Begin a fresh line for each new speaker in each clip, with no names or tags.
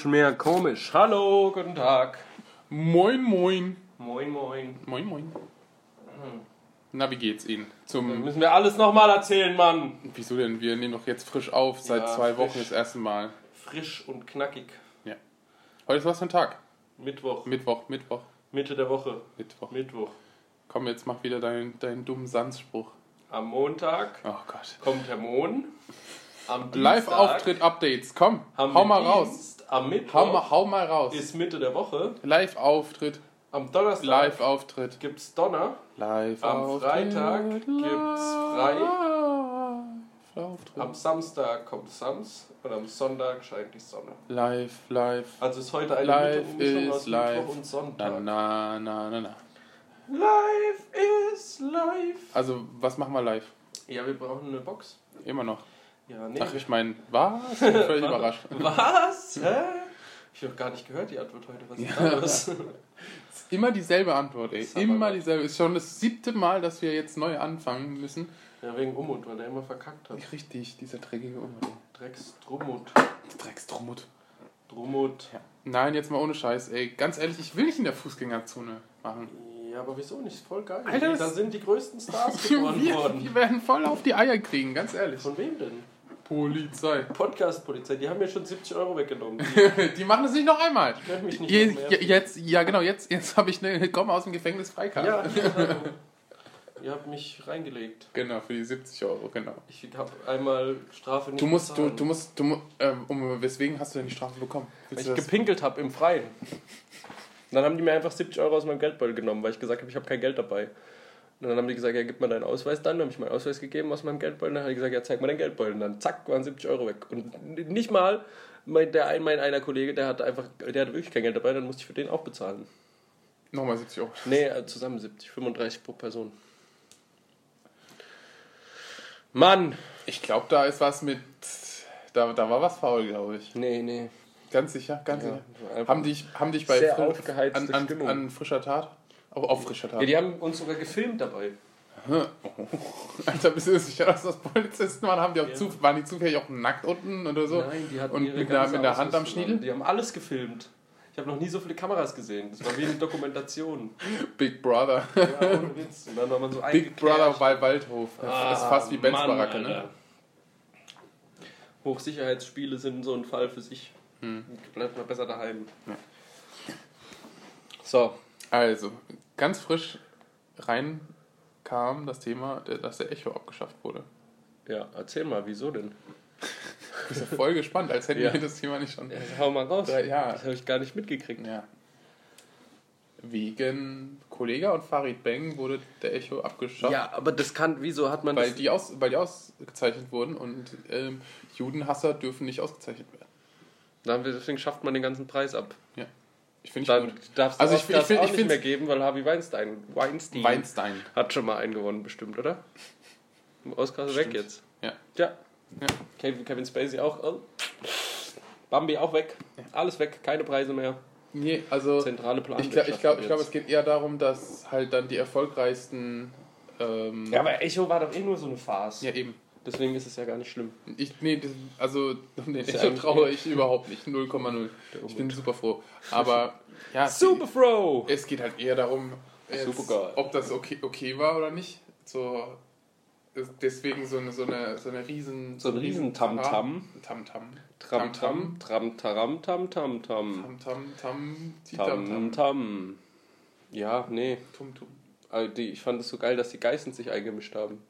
Schon mehr komisch. Hallo, guten Tag.
Moin, moin.
Moin, moin.
Moin, moin. Na, wie geht's Ihnen? Zum.
Müssen wir alles nochmal erzählen, Mann.
Wieso denn? Wir nehmen doch jetzt frisch auf, seit
Ja,
zwei Wochen
frisch.
das erste Mal.
Frisch und knackig.
Ja. Heute ist was für ein Tag?
Mittwoch,
Mittwoch, Mittwoch,
Mitte der Woche.
Mittwoch.
Mittwoch.
Komm, jetzt mach wieder deinen, deinen dummen Sandsspruch.
Am Montag
Oh Gott.
kommt der Mond. Am Dienstag
Live-Auftritt-Updates, komm,
haben
hau
wir
mal raus.
Dienst. Am
Hau mal,
Mittwoch
hau mal raus.
ist Mitte der Woche.
Live-Auftritt,
Am Donnerstag
Live-Auftritt,
gibt's Donner.
Live-Auftritt.
Am Freitag gibt's frei.
Live-Auftritt.
Am Samstag kommt Sams. Und am Sonntag scheint die Sonne.
Live, live.
Also ist heute eine
Live
Mischung
is
aus
live.
Mittwoch und Sonntag.
Na, na, na, na, na.
Live is live.
Also, was machen wir live?
Ja, wir brauchen eine Box.
Immer noch.
Ja, nee.
Ach, ich meine, was? Ich bin völlig überrascht.
Was? Hä? Ich habe gar nicht gehört, die Antwort heute. Was ist da los?
Immer dieselbe Antwort, ey.
Ist aber-
Immer dieselbe. Ist schon das siebte Mal, dass wir jetzt neu anfangen müssen.
ja, wegen Umut, weil der immer verkackt hat.
Richtig, dieser dreckige Umut.
Drecks Drumut.
Dreckstrumut.
Drumut.
Ja. Nein, jetzt mal ohne Scheiß, ey. Ganz ehrlich, ich will nicht in der Fußgängerzone machen.
Ja, aber wieso nicht? Voll geil.
Alter, das-
da sind die größten Stars geboren
Wir,
worden.
wir werden voll auf die Eier kriegen, ganz ehrlich.
Von wem denn?
Polizei.
Podcast-Polizei, die haben mir schon 70 Euro weggenommen. Die
Die machen es nicht noch einmal.
hört mich nicht
Je,
mehr zum
je,
ersten.
jetzt, ja genau, jetzt, jetzt habe ich eine Komm aus dem Gefängnis Freikarte.
Ja, hallo. Ihr habt mich reingelegt.
Genau, für die 70 Euro, genau.
Ich habe einmal Strafe nicht
Du musst, du,
bezahlen.
du musst, du, mu- ähm, um, weswegen hast du denn die Strafe bekommen? Willst
Weil
du
ich
das-
gepinkelt habe im Freien. Und dann haben die mir einfach 70 Euro aus meinem Geldbeutel genommen, weil ich gesagt habe, ich habe kein Geld dabei. Und dann haben die gesagt, ja, gib mal deinen Ausweis dann. Dann habe ich meinen Ausweis gegeben aus meinem Geldbeutel. Dann haben die gesagt, ja, zeig mal deinen Geldbeutel. Und dann zack, waren 70 Euro weg. Und nicht mal mein, der, ein- mein einer Kollege, der hatte einfach, der hatte wirklich kein Geld dabei, dann musste ich für den auch bezahlen.
Nochmal 70 Euro.
Nee, äh, zusammen 70, 35 pro Person. Mann!
Ich glaube, da ist was mit. Da, da war was faul, glaube ich.
Nee, nee.
Ganz sicher, ganz
Ja,
sicher.
einfach
Haben dich, haben dich bei
sehr
Fri-
aufgeheizte
an, an,
Stimmung.
an frischer Tat? Auf, auf frischer Tat.
Ja, die haben uns sogar gefilmt dabei.
Alter, bist du sicher, dass das Polizisten waren? Haben die auch
Ja.
zu, waren die zufällig auch nackt unten oder so?
Nein, die hatten
Also Und
ihre
mit der,
ganze
mit der Hand am
Ausrüstung
Schniedel?
an. Die haben alles gefilmt. Ich habe noch nie so viele Kameras gesehen. Das war wie eine Dokumentation.
Big Brother.
ja, ohne Witz. Und dann war man so
Big
eingekehrt.
Brother bei Waldhof. Das
Ah,
ist fast wie Benz
Mann,
Baracke, ne?
Alter. Hochsicherheitsspiele sind so ein Fall für sich. Bleibt mal besser daheim.
Hm. Ja.
So,
Also, ganz frisch rein kam das Thema, der- dass der Echo abgeschafft wurde.
ja, erzähl mal, wieso denn?
Ich bin so voll gespannt, als hätten
Ja.
wir das Thema nicht schon.
Ja, hau mal raus.
Ja, ja.
Das habe ich gar nicht mitgekriegt.
Ja. Wegen Kollega und Farid Beng wurde der Echo abgeschafft,
aber das kann, wieso hat man
weil, die aus, weil die ausgezeichnet wurden und ähm, Judenhasser dürfen nicht ausgezeichnet werden.
Dann, deswegen schafft man den ganzen Preis ab.
Ja. Ich finde ich
Dann
gut.
darfst
Also
du
ich
Oscars
find- ich find-
auch
ich
nicht mehr
find's-
geben, weil Harvey Weinstein, Weinstein,
Weinstein.
hat schon mal einen gewonnen bestimmt, oder? Oscar ist weg
Stimmt.
jetzt.
Ja.
Ja.
Ja.
Kevin, Kevin Spacey auch. Oh. Bambi auch weg. Alles weg, keine Preise mehr.
Nee, also
Zentrale Planung.
ich glaube, ich glaub, ich glaub, es geht eher darum, dass halt dann die erfolgreichsten. Ähm,
ja, aber Echo war doch eh nur so eine Farce.
ja, eben.
Deswegen ist es ja gar nicht schlimm.
Ich, nee, das, also um den
Ist ja
Echo
eigentlich
traue ich überhaupt nicht. 0,0.
Der
Ich bin super froh. Aber ja,
Superfro!
es geht halt eher darum, jetzt,
Supergeil.
ob das okay, okay war oder nicht. So, es- deswegen so eine, so eine, so eine riesen...
So ein riesen Tamtam.
Tamtam.
Tram tam, tram taram tam tam tam.
Tamtam, Tam, Titamtam,
Tam tam. Ja, nee.
Tumtum.
Also die, ich fand es so geil, dass die Geißen sich eingemischt haben.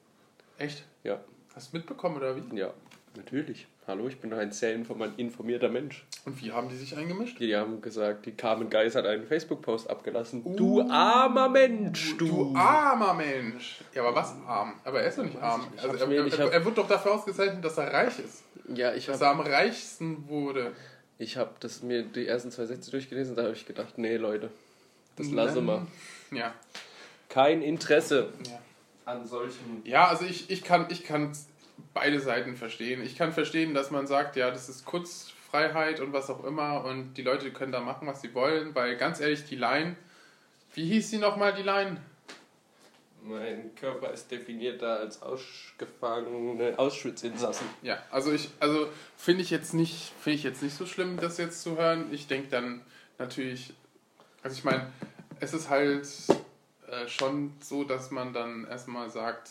Echt?
Ja,
Hast du mitbekommen oder wie?
ja, natürlich. Hallo, ich bin ein sehr inform- informierter Mensch.
Und wie haben die sich eingemischt?
Die haben gesagt, die Carmen Geis hat einen Facebook-Post abgelassen. du armer Mensch, du.
Uh, Du armer Mensch! Ja, aber was arm? Aber er ist doch nicht arm.
ich
Also,
hab's
er,
mir-
er,
ich hab-
er, er wird doch dafür ausgezeichnet, dass er reich ist.
ja, ich
Dass
habe
er am reichsten wurde.
ich hab das mir die ersten zwei Sätze durchgelesen, da habe ich gedacht, nee, Leute, das lasse
Dann-
mal.
Ja.
Kein Interesse
ja.
an solchen.
Ja, also ich, ich kann ich kann beide Seiten verstehen. Ich kann verstehen, dass man sagt, ja, das ist Kunstfreiheit und was auch immer und die Leute können da machen, was sie wollen, weil ganz ehrlich, die Line, wie hieß sie nochmal, die Line?
Mein Körper ist definierter als ausgefangene Auschwitz-Insassen.
Ja, also ich, also finde ich jetzt nicht, finde ich jetzt nicht so schlimm, das jetzt zu hören. Ich denke dann natürlich, also ich meine, es ist halt äh, schon so, dass man dann erstmal sagt,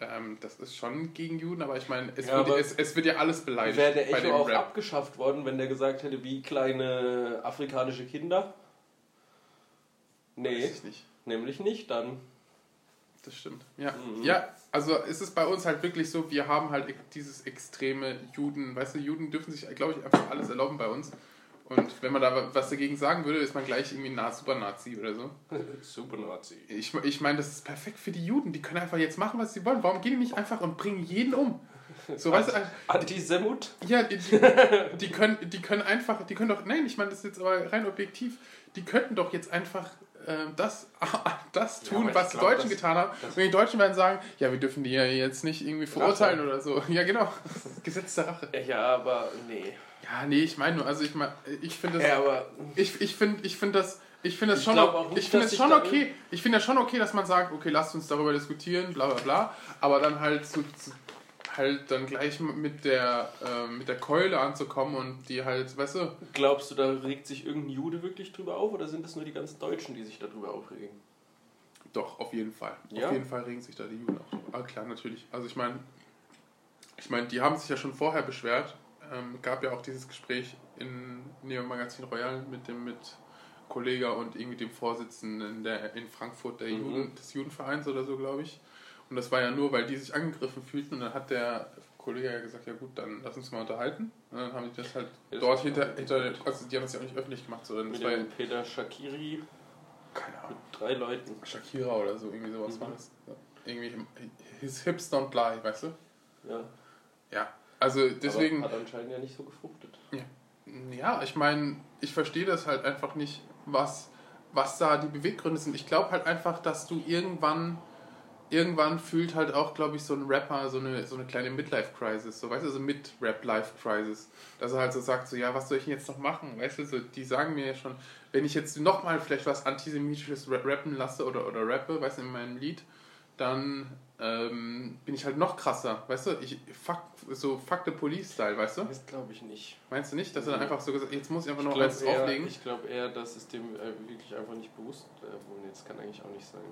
ähm, das ist schon gegen Juden, aber ich meine, es,
Ja,
wird-
aber
es, es wird ja alles beleidigt
Wäre der
bei dem
Echo auch
Rap.
abgeschafft worden, wenn der gesagt hätte, wie kleine afrikanische Kinder? Nee,
Weiß ich nicht.
nämlich nicht dann.
Das stimmt. Ja.
Mhm.
ja, also ist es bei uns halt wirklich so, wir haben halt dieses extreme Juden, weißt du, Juden dürfen sich, glaube ich, einfach alles erlauben bei uns. Und wenn man da was dagegen sagen würde, ist man gleich irgendwie ein Super-Nazi oder so.
Super Nazi.
Ich, ich meine, das ist perfekt für die Juden. Die können einfach jetzt machen, was sie wollen. Warum gehen die nicht einfach und bringen jeden um? So, weißt du,
Antisemut?
ja, die, die, die, können, die können einfach, die können doch, nein, ich meine, das ist jetzt aber rein objektiv, die könnten doch jetzt einfach äh, das, das
Ja,
tun,
aber ich
was die
glaub,
Deutschen
das-
getan haben. Und die Deutschen werden sagen, ja, wir dürfen die ja jetzt nicht irgendwie verurteilen oder so. Ja, genau. Gesetz der Rache.
Ja, aber nee.
Ja, nee, ich meine nur, also ich meine, ich finde das,
Ja, aber
ich, ich finde ich find das, ich finde das
Ich
schon,
glaub auch nicht,
ich finde
dass
das
ich
schon
da-
okay. Ich finde das schon okay, dass man sagt, okay, lasst uns darüber diskutieren, bla bla bla. Aber dann halt zu, zu halt dann gleich mit der äh, mit der Keule anzukommen und die halt, weißt du,
glaubst du, da regt sich irgendein Jude wirklich drüber auf oder sind das nur die ganzen Deutschen, die sich darüber aufregen?
doch auf jeden Fall,
Ja?
auf jeden Fall regen sich da die Juden auch. drüber. Ah, klar, natürlich. Also ich meine, ich meine, die haben sich ja schon vorher beschwert. Ähm, gab ja auch dieses Gespräch in Neo Magazin Royal mit dem mit Kollega und irgendwie dem Vorsitzenden der, in Frankfurt der
Mhm.
Juden, des Judenvereins oder so, glaube ich. Und das war ja nur, weil die sich angegriffen fühlten und dann hat der Kollege ja gesagt, ja gut, dann lass uns mal unterhalten. Und dann haben die das halt
Ja, das
dort
ist
hinter,
klar.
hinter, also die haben das ja auch nicht öffentlich gemacht, sondern das
Mit
war ja,
dem Peter Shakiri,
keine Ahnung.
mit drei Leuten.
Shakira oder so, irgendwie sowas
Mhm.
war das. Ja. Irgendwie, im- his hips don't lie, weißt du?
Ja.
Ja. Also deswegen,
Aber hat anscheinend ja nicht so gefruchtet.
ja, ich meine, ich verstehe das halt einfach nicht, was, was da die Beweggründe sind. Ich glaube halt einfach, dass du irgendwann, irgendwann fühlt halt auch, glaube ich, so ein Rapper so eine, so eine kleine Midlife-Crisis, so, weißt du, so Mid-Rap-Life-Crisis, dass er halt so sagt, so, ja, was soll ich denn jetzt noch machen, weißt du, so, die sagen mir ja schon, wenn ich jetzt nochmal vielleicht was antisemitisches ra- rappen lasse oder, oder rappe, weißt du, in meinem Lied, dann ähm, bin ich halt noch krasser, weißt du, ich, fuck, so fuck the police-Style, weißt du?
Das glaube ich nicht.
Meinst du nicht, dass er dann
Nee.
einfach so gesagt jetzt muss ich einfach
Mhm. Ich
noch
glaube
eins
eher,
drauflegen?
ich glaub eher, dass es dem äh, wirklich einfach nicht bewusst äh, wohl, nee, das kann eigentlich auch nicht sein.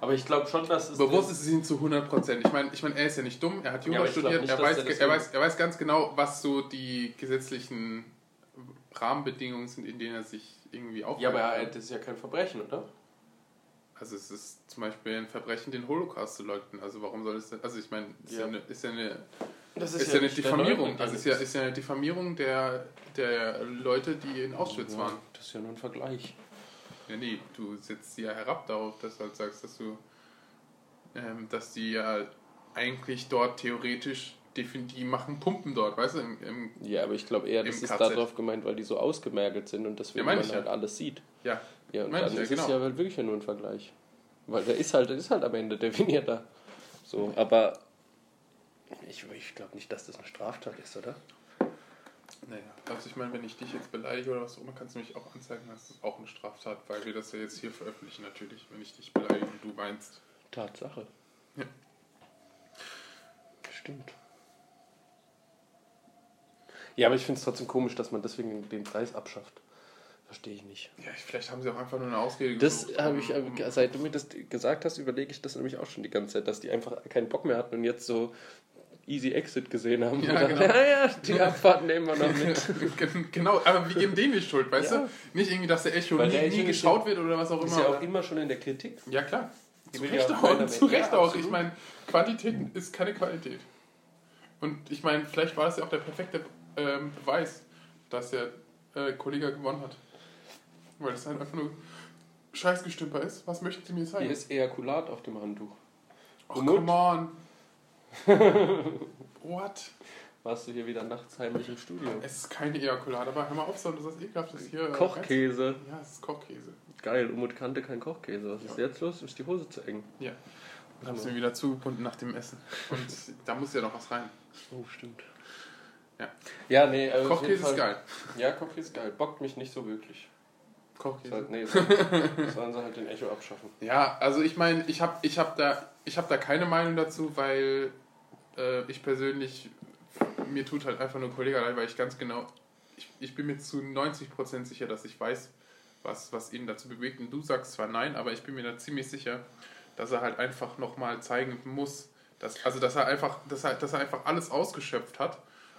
Aber ich glaube schon, dass es.
Bewusst ist es ihm zu 100%. Ich meine, ich mein, er ist ja nicht dumm, er hat
Ja,
Jura
aber ich glaub
studiert,
nicht,
er,
dass
weiß,
er das
er, weiß, er weiß ganz genau, was so die gesetzlichen Rahmenbedingungen sind, in denen er sich irgendwie aufhält.
Ja, aber äh, das ist ja kein Verbrechen, oder?
also es ist zum Beispiel ein Verbrechen, den Holocaust zu leugnen. Also warum soll es denn, also ich meine, ist ja,
Ja.
eine, ist ja eine,
Das
ist ja eine
nicht der
Diffamierung.
Leugnen,
Also ist ja, ist ja eine Diffamierung der, der Leute, die in Auschwitz
Ja,
waren.
Das ist ja nur ein Vergleich.
Ja, nee, du setzt sie ja herab darauf, dass du halt sagst, dass du, ähm, dass die ja eigentlich dort theoretisch, defin- die machen Pumpen dort, weißt du? Im, im,
Ja, aber ich glaube eher,
Im
das ist
KZ.
darauf gemeint, weil die so ausgemergelt sind und deswegen
Ja, mein
man
ich
halt
ja.
alles sieht.
ja,
Ja, und
Mein
dann
ich ja,
ist es
genau.
ja halt wirklich nur ein Vergleich. Weil der ist halt, der ist halt am Ende definierter. So, aber ich, ich glaube nicht, dass das eine Straftat ist, oder?
naja. Also ich meine, wenn ich dich jetzt beleidige oder was auch immer, kannst du mich auch anzeigen, das ist auch eine Straftat, weil wir das ja jetzt hier veröffentlichen natürlich, wenn ich dich beleidige und du weinst.
Tatsache.
Ja.
Stimmt. Ja, aber ich finde es trotzdem komisch, dass man deswegen den Preis abschafft. Verstehe ich nicht.
Ja, ich- vielleicht haben sie auch einfach nur eine Ausrede
Das
gesucht,
habe
um-
ich,
um-
äh, seit du mir das gesagt hast, überlege ich das nämlich auch schon die ganze Zeit, dass die einfach keinen Bock mehr hatten und jetzt so Easy Exit gesehen haben.
Ja,
Und dann,
genau.
ja, ja, die Abfahrt nehmen wir noch mit.
Gen- genau, aber wir geben denen die Schuld, weißt
Ja.
du? Nicht irgendwie, dass der Echo
Weil
nie,
der Echo
nie
ist
geschaut wird oder was auch
Ist
immer.
ja
oder-
auch immer schon in der Kritik.
Ja, klar.
Die
Zu
will ja
Recht
auch
auch.
keiner
Zu
mehr.
Recht
Ja,
auch.
absolut.
Ich meine, Quantität ist keine Qualität. Und ich meine, vielleicht war das ja auch der perfekte ähm, Beweis, dass der äh, Kollege gewonnen hat. Weil das halt einfach nur Scheißgestümper ist. Was möchten Sie mir
Hier
zeigen?
ist Ejakulat auf dem Handtuch.
Oh,
Mut.
come on. What?
Warst du hier wieder nachts heimlich im Studio?
Es ist keine Ejakulat, aber hör mal auf, sondern das ist ekelhaft. Das hier, äh,
Kochkäse.
Ja, es ist Kochkäse.
Geil, Umut kannte kein Kochkäse. Was ist jetzt los? Ist die Hose zu eng?
Ja. Ich hab's
Also-
mir wieder zugebunden nach dem Essen. Und da muss ja noch was rein.
Oh, stimmt.
Ja.
Ja, nee. Also auf jeden
Kochkäse ist
Fall-
geil.
Ja, Kochkäse ist geil. Bockt mich nicht so wirklich. Das
Kochkäse.
halt, nee, das sollen sie halt den Echo abschaffen.
Ja, also ich meine, ich habe ich hab da, ich hab da keine Meinung dazu, weil äh, ich persönlich, mir tut halt einfach nur Kollege leid, weil ich ganz genau, ich, ich bin mir zu 90% sicher, dass ich weiß, was, was ihn dazu bewegt. Und du sagst zwar nein, aber ich bin mir da ziemlich sicher, dass er halt einfach nochmal zeigen muss, dass, also dass er einfach, dass er, dass er einfach alles ausgeschöpft hat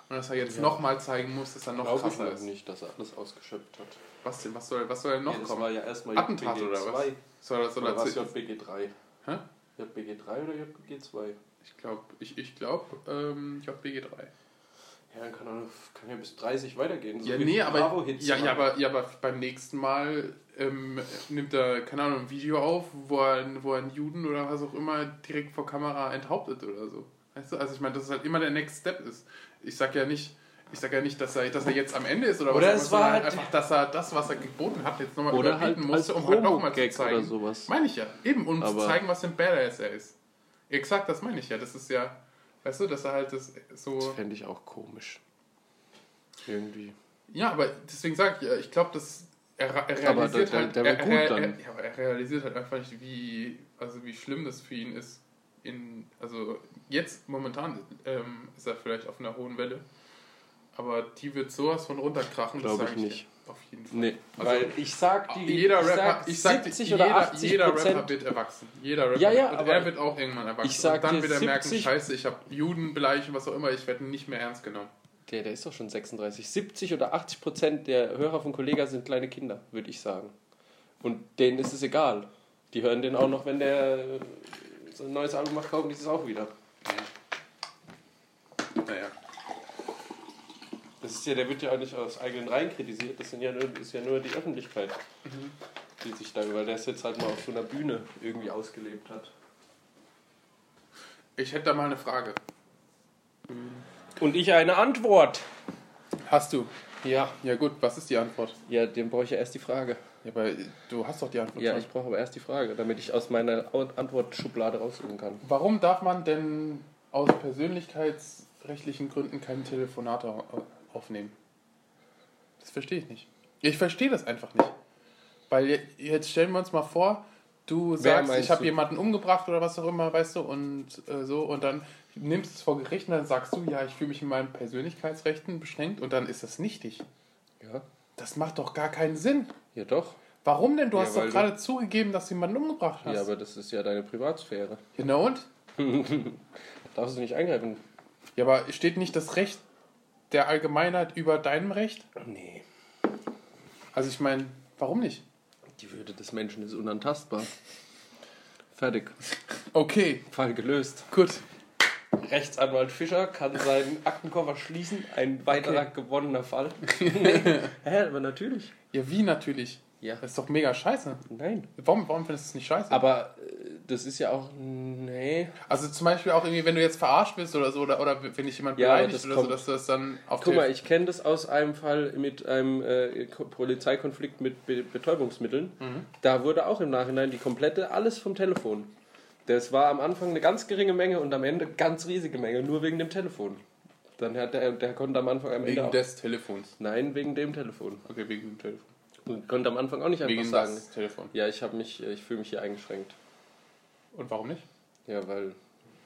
und dass er jetzt noch nochmal zeigen muss, dass er noch
Glaube ich
krasser
halt
ist.
nicht, dass er alles ausgeschöpft hat.
Was denn? Was soll, was soll denn noch
ja, das war
kommen?
ja erstmal
Attentat
JBG
oder was?
2.
Soll, soll
Oder
er
war es
zu-
JBG 3?
Hä?
JBG 3 oder JBG 2?
Ich glaube, ich, ich glaube, ähm, JBG3.
Ja, dann kann, er, kann ja bis 30 weitergehen.
Also
Ja,
wie
nee, aber,
Bravo-Hits
ja,
waren.
ja, aber, ja, aber beim nächsten Mal ähm, nimmt er, keine Ahnung, ein Video auf, wo er, wo er einen Juden oder was auch immer direkt vor Kamera enthauptet oder so. Weißt du? Also ich meine, dass es halt immer der Next Step ist. Ich sag ja nicht, ich sag ja nicht, dass er, dass er jetzt am Ende ist oder,
Oder
was,
es
auch immer, sondern
war halt-
einfach, dass er das, was er geboten hat, jetzt nochmal
Oder halt als
musste, um halt nochmal zu
Promo-Gag
zeigen.
oder sowas.
Meine ich ja. Eben, um zu
Aber-
zeigen, was für ein Badass er ist. Exakt, das meine ich ja. Das ist ja, weißt du, dass er halt das so...
Das fände ich auch komisch. Irgendwie.
Ja, aber deswegen sage ich ja, ich glaube, dass er, er realisiert
Aber der-
halt,
der- der
er,
war
er,
gut
er,
dann.
ja, aber er realisiert halt einfach nicht, wie, also wie schlimm das für ihn ist. In, also jetzt momentan ähm, ist er vielleicht auf einer hohen Welle, aber die wird sowas von runterkrachen. das
Glaube
sag
ich nicht.
dir. Auf jeden Fall.
Nee,
Also,
weil ich sag die.
jeder
ich
Rapper,
sag
ich sag dir,
70
jeder,
oder 80
jeder Rapper
Prozent.
wird erwachsen. Jeder Rapper
Ja, ja,
wird, und
aber
er wird auch irgendwann erwachsen.
ich sag
und dann
dir,
wird er merken,
70
scheiße, ich habe Juden, Bleich und was auch immer, ich werde nicht mehr ernst genommen.
Der, der ist doch schon 36. 70 oder 80 Prozent der Hörer von Kollega sind kleine Kinder, würde ich sagen. Und denen ist es egal. Die hören den auch noch, wenn der äh, so ein neues Album macht, kaufen die es auch wieder.
Naja.
Das ist ja, der wird ja auch nicht aus eigenen Reihen kritisiert, das sind ja nur, ist ja nur die Öffentlichkeit, Mhm. die sich da, weil der es jetzt halt mal auf so einer Bühne irgendwie ausgelebt hat.
Ich hätte da mal eine Frage.
Und ich eine Antwort.
Hast du?
Ja.
Ja gut, was ist die Antwort?
Ja, dem brauche ich ja erst die Frage.
Ja, aber du hast doch die Antwort
Ja,
schon.
ich brauche aber erst die Frage, damit ich aus meiner Au- Antwortschublade raussuchen kann.
Warum darf man denn aus persönlichkeitsrechtlichen Gründen kein Telefonat au- aufnehmen? Das verstehe ich nicht. Ich verstehe das einfach nicht. Weil je- jetzt stellen wir uns mal vor, du sagst,
meinst
ich habe
du?
jemanden umgebracht oder was auch immer, weißt du, und äh, so, und dann nimmst du es vor Gericht und dann sagst du, ja, ich fühle mich in meinen Persönlichkeitsrechten beschränkt und dann ist das nichtig.
Ja.
Das macht doch gar keinen Sinn.
Ja, doch.
Warum denn? Du
Ja,
hast
weil
doch
du-
gerade zugegeben, dass du jemanden umgebracht hast.
Ja, aber das ist ja deine Privatsphäre.
Ja, na und?
Darfst du nicht eingreifen?
Ja, aber steht nicht das Recht der Allgemeinheit über deinem Recht?
Nee.
Also ich meine, warum nicht?
Die Würde des Menschen ist unantastbar. Fertig.
Okay,
Fall gelöst.
gut.
Rechtsanwalt Fischer kann seinen Aktenkoffer schließen. Ein weiterer gewonnener Fall. Hä, aber natürlich.
Ja, wie natürlich?
Ja.
Das ist doch mega scheiße.
Nein.
Warum, warum findest du es nicht scheiße?
Aber äh, das ist ja auch. Nee.
also zum Beispiel auch irgendwie, wenn du jetzt verarscht bist oder so, oder, oder wenn dich jemand
Ja, aber
beleidigt
das
oder so,
kommt-
dass du das dann auf
Guck mal,
Telefon-
ich kenne das aus einem Fall mit einem äh, Ko- Polizeikonflikt mit Be Betäubungsmitteln.
Mhm.
Da wurde auch im Nachhinein die komplette, alles vom Telefon. Das war am Anfang eine ganz geringe Menge und am Ende ganz riesige Menge, nur wegen dem Telefon. Dann hat der, der konnte am Anfang am Ende
wegen
auch,
des Telefons.
Nein, wegen dem Telefon.
Okay, wegen dem Telefon.
Und konnte am Anfang auch nicht einfach
Wegen
sagen.
des Telefon.
Ja, ich habe mich, ich fühle mich hier eingeschränkt.
Und warum nicht?
Ja, weil,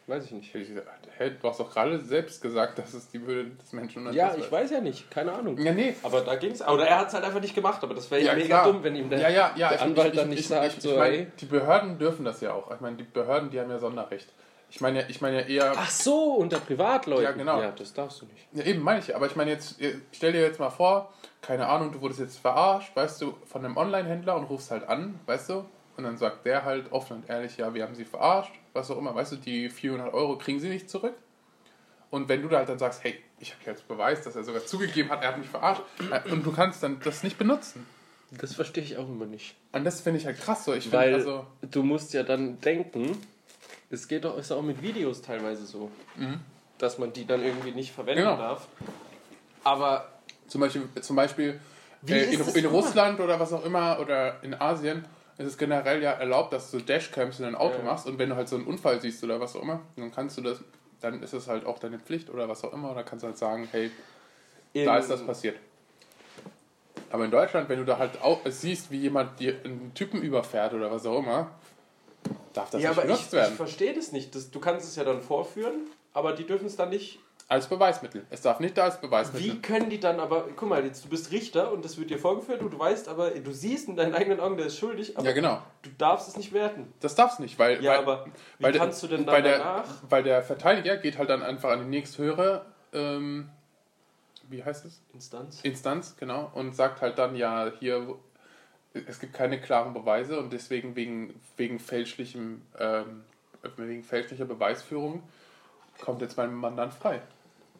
weiß ich nicht.
Hätte ich gesagt, hä, du hast doch gerade selbst gesagt, dass es die Würde des Menschen
Ja,
unantastbar
ich
ist.
weiß ja nicht, keine Ahnung.
Ja, nee.
Aber da ging's. Oder er hat es halt einfach nicht gemacht, aber das wäre ja, mega
klar.
dumm, wenn ihm der,
ja, ja, ja,
der
ich-
Anwalt
ich-
dann
ich-
nicht
ich-
sagt,
ich,
so,
ich
ey.
meine, Die Behörden dürfen das ja auch. Ich meine, die Behörden, die haben ja Sonderrecht. Ich meine, ja- ich meine ja eher.
Ach so, unter Privatleuten.
Ja, genau.
Ja, das darfst du nicht.
Ja, eben meine ich, ja. aber ich meine jetzt, stell dir jetzt mal vor, keine Ahnung, du wurdest jetzt verarscht, weißt du, von einem Online-Händler und rufst halt an, weißt du, und dann sagt der halt offen und ehrlich, ja, wir haben sie verarscht, was auch immer, weißt du, die 400 Euro kriegen sie nicht zurück. Und wenn du da halt dann sagst, hey, ich habe jetzt Beweis, dass er sogar zugegeben hat, er hat mich verarscht, äh, und du kannst dann das nicht benutzen.
Das verstehe ich auch immer nicht.
Und das finde ich halt krass so. Ich finde
Weil
also.
du musst ja dann denken, es geht doch, ist auch mit Videos teilweise so, dass man die dann irgendwie nicht verwenden
Mhm. Genau.
darf. Aber
Zum Beispiel, zum Beispiel
Wie
äh,
ist
in,
das
in
immer?
Russland oder was auch immer oder in Asien ist es generell ja erlaubt, dass du Dashcams in dein Auto
Ja.
machst und wenn du halt so einen Unfall siehst oder was auch immer, dann kannst du das, dann ist es halt auch
Ähm.
deine Pflicht oder was auch immer oder kannst halt sagen, hey,
in,
da ist das passiert. Aber in Deutschland, wenn du da halt auch siehst, wie jemand dir einen Typen überfährt oder was auch immer, darf das
ja,
nicht
aber ich,
benutzt
ich
werden.
verstehe das nicht. Das, du kannst es ja dann vorführen, aber die dürfen es dann nicht.
Als Beweismittel. Es darf nicht da als Beweismittel.
Wie können die dann aber. Guck mal, jetzt, du bist Richter und das wird dir vorgeführt und du weißt aber, du siehst in deinen eigenen Augen, der ist schuldig, aber
Ja, genau.
du darfst es nicht werten.
Das darf's nicht, weil,
Ja,
weil,
aber wie
weil, der-
kannst du denn dann
weil der,
danach.
Weil der Verteidiger geht halt dann einfach an die nächsthöhere, ähm, wie heißt es?
Instanz?
Instanz, genau, und sagt halt dann, ja, hier, es gibt keine klaren Beweise und deswegen wegen, wegen, fälschlichem, ähm, wegen fälschlicher Beweisführung kommt jetzt mein Mandant frei.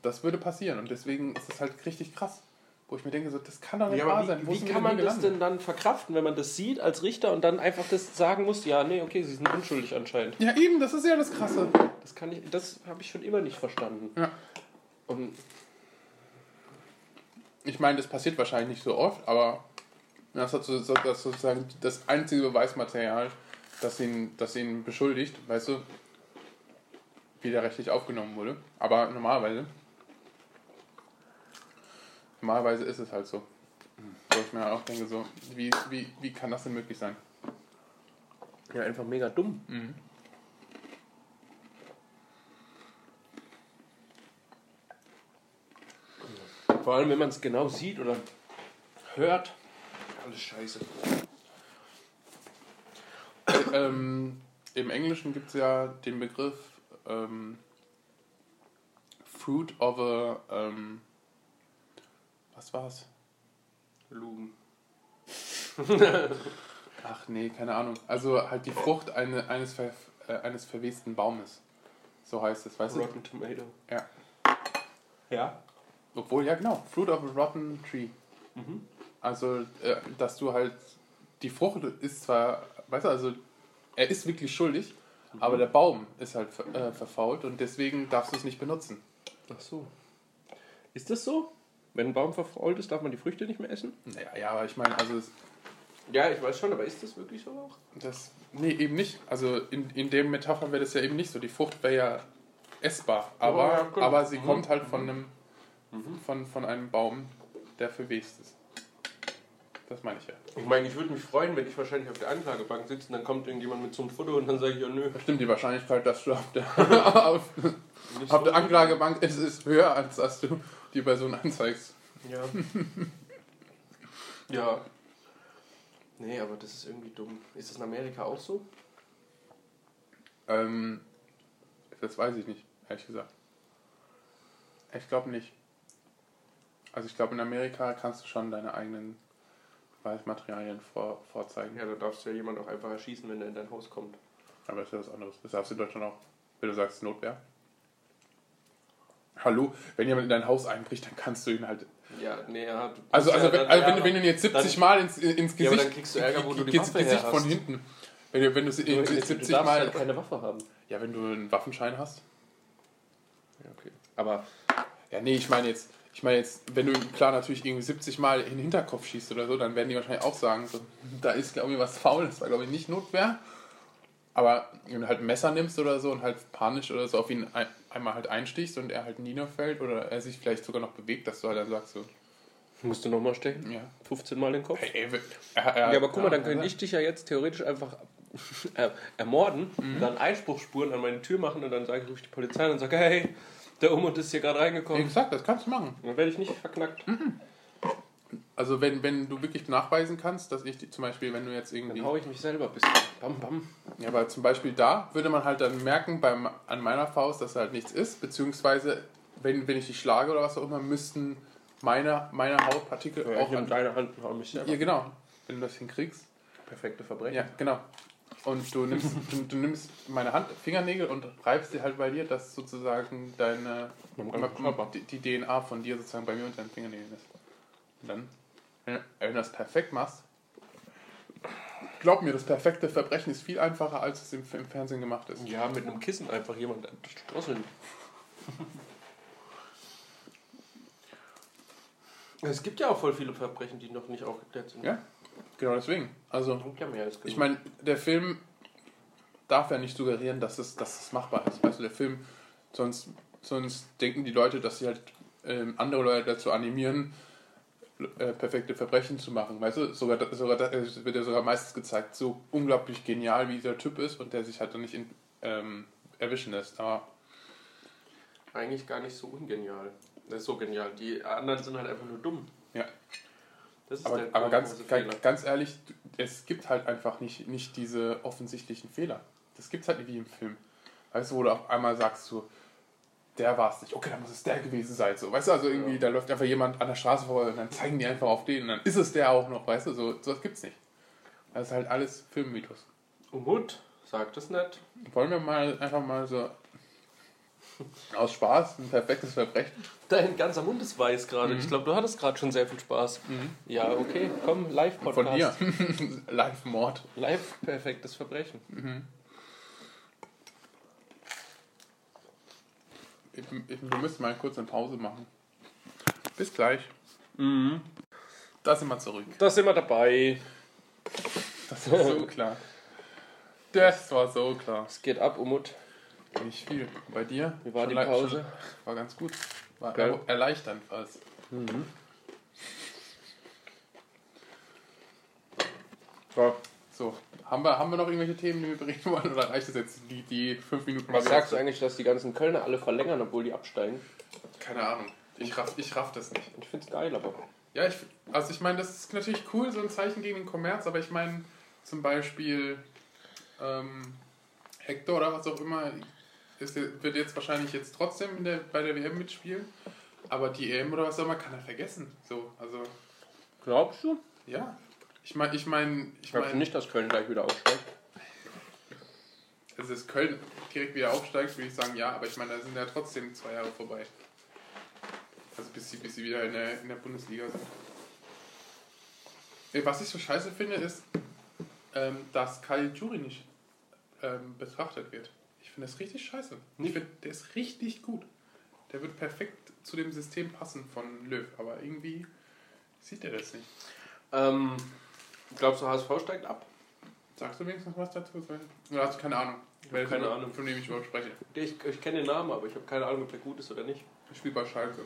Das würde passieren und deswegen ist es halt richtig krass, wo ich mir denke, so, das kann doch nicht
Ja,
wahr
aber
sein.
wie,
Wo
wie
sind wir
kann man
hier
das
gelandet?
denn dann verkraften, wenn man das sieht als Richter und dann einfach das sagen muss, ja, nee, okay, sie sind unschuldig anscheinend.
Ja, eben, das ist ja das Krasse.
Das kann ich, das habe ich schon immer nicht verstanden.
Ja.
Und
Ich meine, das passiert wahrscheinlich nicht so oft, aber das ist so- so- das ist sozusagen das einzige Beweismaterial, das ihn, das ihn beschuldigt, weißt du, widerrechtlich aufgenommen wurde. Aber normalerweise, normalerweise ist es halt so. Wo ich mir halt auch denke, so, wie, wie, wie kann das denn möglich sein?
ja, einfach mega dumm. Vor allem, wenn man es genau sieht oder hört. Alles scheiße.
ähm, Im Englischen gibt es ja den Begriff ähm, Fruit of a. Ähm, was war's?
Lugen.
Ach nee, keine Ahnung. Also halt die Frucht eine, eines, ver, äh, eines verwesten Baumes. So heißt es, weißt
Rotten Tomato.
du? Ja.
Ja.
Obwohl, ja genau, Fruit of a Rotten Tree.
Mhm.
Also, äh, dass du halt, die Frucht ist zwar, weißt du, also er ist wirklich schuldig,
Mhm.
aber der Baum ist halt ver, äh, verfault und deswegen darfst du es nicht benutzen.
Ach so. Ist das so? Wenn ein Baum verfault ist, darf man die Früchte nicht mehr essen?
Naja, ja, aber ich meine, also es,
Ja, ich weiß schon, aber ist das wirklich so auch?
das, nee, eben nicht. Also in, in der Metapher wäre das ja eben nicht so. Die Frucht wäre ja essbar, aber,
Ja, genau.
aber sie
Mhm.
kommt halt von einem, von, von einem Baum, der verwest ist. Das meine ich ja.
Ich meine, ich würde mich freuen, wenn ich wahrscheinlich auf der Anklagebank sitze und dann kommt irgendjemand mit so einem Foto und dann sage ich, ja nö.
Stimmt, die Wahrscheinlichkeit, dass du auf der, auf, auf der Anklagebank ist, ist höher, als dass du die Person anzeigst.
Ja. ja. Nee, aber das ist irgendwie dumm. Ist das in Amerika auch so?
Ähm, das weiß ich nicht, ehrlich gesagt. Ich glaube nicht. Also ich glaube, in Amerika kannst du schon deine eigenen Beweismaterialien vor, vorzeigen.
Ja, da darfst du ja jemand auch einfach erschießen, wenn er in dein Haus kommt.
Aber das ist ja was anderes. Das darfst du in Deutschland auch, wenn du sagst Notwehr. Hallo, wenn jemand in dein Haus einbricht, dann kannst du ihn halt...
Ja, nee, ja. du-
Also, also,
ja,
wenn,
dann-
also
ja,
wenn, du- wenn du ihn jetzt 70 Mal ins, ins Gesicht...
Ja, aber dann kriegst du Ärger, wo du die
ins
Waffe her
Gesicht von
hast.
hinten. Wenn du, wenn du,
Du,
du
du
70
darfst
Mal...
halt keine Waffe haben.
Ja, wenn du einen Waffenschein hast.
Ja, okay.
Aber ja, nee, ich meine jetzt, ich meine jetzt, wenn du klar natürlich irgendwie 70 Mal in den Hinterkopf schießt oder so, dann werden die wahrscheinlich auch sagen, so, da ist glaube ich was faul, das war glaube ich nicht Notwehr. Aber wenn du halt ein Messer nimmst oder so und halt panisch oder so auf ihn ein, einmal halt einstichst und er halt niederfällt oder er sich vielleicht sogar noch bewegt, dass du halt dann sagst so,
Musst du nochmal stechen?
ja.
15 Mal den Kopf?
Hey, ey, wir- er- er-
Ja, aber guck mal, dann
ja,
könnte
ja.
ich dich ja jetzt theoretisch einfach äh, ermorden, dann Einspruchsspuren an meine Tür machen und dann sage ich, rufe ich die Polizei und sage, hey, der Umut ist hier gerade
Wie
reingekommen.
gesagt, das kannst du machen.
Dann werde ich nicht verknackt.
Also wenn, wenn du wirklich nachweisen kannst, dass ich die, zum Beispiel, wenn du jetzt irgendwie...
Dann haue ich mich selber ein bisschen. Bam, bam.
Ja, aber zum Beispiel da würde man halt dann merken beim, an meiner Faust, dass halt nichts ist, beziehungsweise wenn, wenn ich dich schlage oder was auch immer, müssten meine, meine Hautpartikel
Ja, ich
auch
nehme
an,
deine Hand und haue mich selber.
Ja, genau. Wenn du das hinkriegst.
Perfekte Verbrechen.
Ja, genau. Und du nimmst, du, du nimmst meine Hand, Fingernägel und reibst sie halt bei dir, dass sozusagen deine
Am ganzen Körper.
die, die DNA von dir sozusagen bei mir unter den Fingernägeln ist. Und dann, wenn wenn du das perfekt machst, glaub mir, das perfekte Verbrechen ist viel einfacher, als es im, im Fernsehen gemacht ist.
Ja, mit einem Kissen einfach jemand drosseln. Es gibt ja auch voll viele Verbrechen, die noch nicht aufgeklärt sind.
Ja, genau deswegen. Also,
Es gibt ja mehr als genug.
ich meine, der Film darf ja nicht suggerieren, dass es, dass es machbar ist. Weißt du, der Film, sonst, sonst denken die Leute, dass sie halt ähm, andere Leute dazu animieren, äh, perfekte Verbrechen zu machen. Weißt du, sogar, sogar, es wird ja sogar meistens gezeigt, so unglaublich genial, wie dieser Typ ist und der sich halt dann nicht in, ähm, erwischen lässt. Aber
Eigentlich gar nicht so ungenial. Das ist so genial. Die anderen sind halt einfach nur dumm.
Ja.
Das ist
Aber,
der
aber ganz,
große Fehler.
ganz, ganz ehrlich, es gibt halt einfach nicht, nicht diese offensichtlichen Fehler. Das gibt es halt nicht wie im Film. Weißt du, wo du auf einmal sagst, so, der war es nicht. Okay, dann muss es der gewesen sein. So, weißt du, also irgendwie,
Ja.
da läuft einfach jemand an der Straße vorbei und dann zeigen die einfach auf den und dann ist es der auch noch. Weißt du, so sowas gibt's nicht. Das ist halt alles Filmmythos.
Umut, sagt es nicht.
Wollen wir mal einfach mal so aus Spaß ein perfektes Verbrechen?
Dein ganzer Mund ist weiß gerade. Ich glaube, du hattest gerade schon sehr viel Spaß. Ja, okay, komm, Live-Podcast.
Von dir. Live-Mord.
Live perfektes Verbrechen.
Ich, ich, wir müssen mal kurz eine Pause machen. Bis gleich.
Mhm.
Da sind wir zurück.
Da sind wir dabei.
Das war so klar. Das war so klar.
Es geht ab, Umut.
Nicht viel. Bei dir?
Wie war
Schon
die
le-
Pause?
Schon, war ganz gut. War
Geil. Mhm.
er, erleichternd fast.
Ja.
So, haben wir, haben wir noch irgendwelche Themen, die wir bereden wollen? Oder reicht das jetzt die, die fünf Minuten?
Was
die wir
sagst du
jetzt-
eigentlich, dass die ganzen Kölner alle verlängern, obwohl die absteigen?
Keine Ahnung. Ich raff, ich raff das nicht.
Ich find's geil, aber.
Ja, ich, also ich meine, das ist natürlich cool, so ein Zeichen gegen den Kommerz, aber ich meine, zum Beispiel ähm, Hector oder was auch immer ist, wird jetzt wahrscheinlich jetzt trotzdem in der, bei der WM mitspielen, aber die EM oder was auch immer kann er vergessen. So, also
Glaubst du?
ja. Ich meine, ich meine, ich
Glaubst du
meine,
nicht, dass Köln gleich wieder aufsteigt?
also dass Köln direkt wieder aufsteigt, würde ich sagen, ja, aber ich meine, da sind ja trotzdem zwei Jahre vorbei. Also bis sie, bis sie wieder in der, in der Bundesliga sind. Ey, Was ich so scheiße finde, ist, ähm, dass Kyle Jury nicht ähm, betrachtet wird. Ich finde das richtig scheiße. Ich finde, der ist richtig gut. Der wird perfekt zu dem System passen von Löw, aber irgendwie sieht er das nicht.
Ähm, glaubst du, HSV steigt ab?
Sagst du wenigstens was dazu? Oder hast du keine Ahnung?
hab keine Ahnung.
Von dem ich überhaupt spreche.
Ich, ich kenne den Namen, aber ich habe keine Ahnung, ob der gut ist oder nicht.
Ich spiele bei Schalke.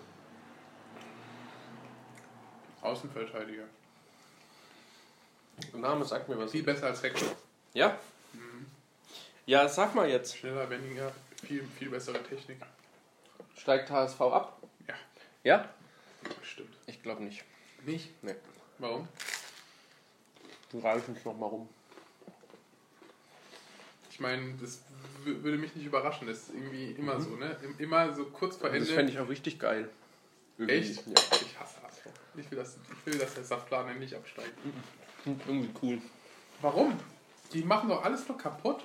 Außenverteidiger.
Der Name sagt mir was.
Viel besser als Hector.
Ja? Mhm. Ja, sag mal jetzt.
Schneller, weniger, viel, viel bessere Technik.
Steigt HSV ab?
Ja.
Ja?
Stimmt.
Ich glaube nicht.
Nicht?
Nee.
Warum?
Du reifst uns nochmal rum.
Ich meine, das w- würde mich nicht überraschen. Das ist irgendwie immer so, ne? Im- Immer so kurz vor
Also Das
Ende.
fände ich auch richtig geil. Irgendwie.
Echt?
Ja.
Ich hasse HSV. Ich will, dass, ich will, dass der Saftladen endlich absteigt.
Klingt Irgendwie cool.
Warum? Die machen doch alles nur kaputt.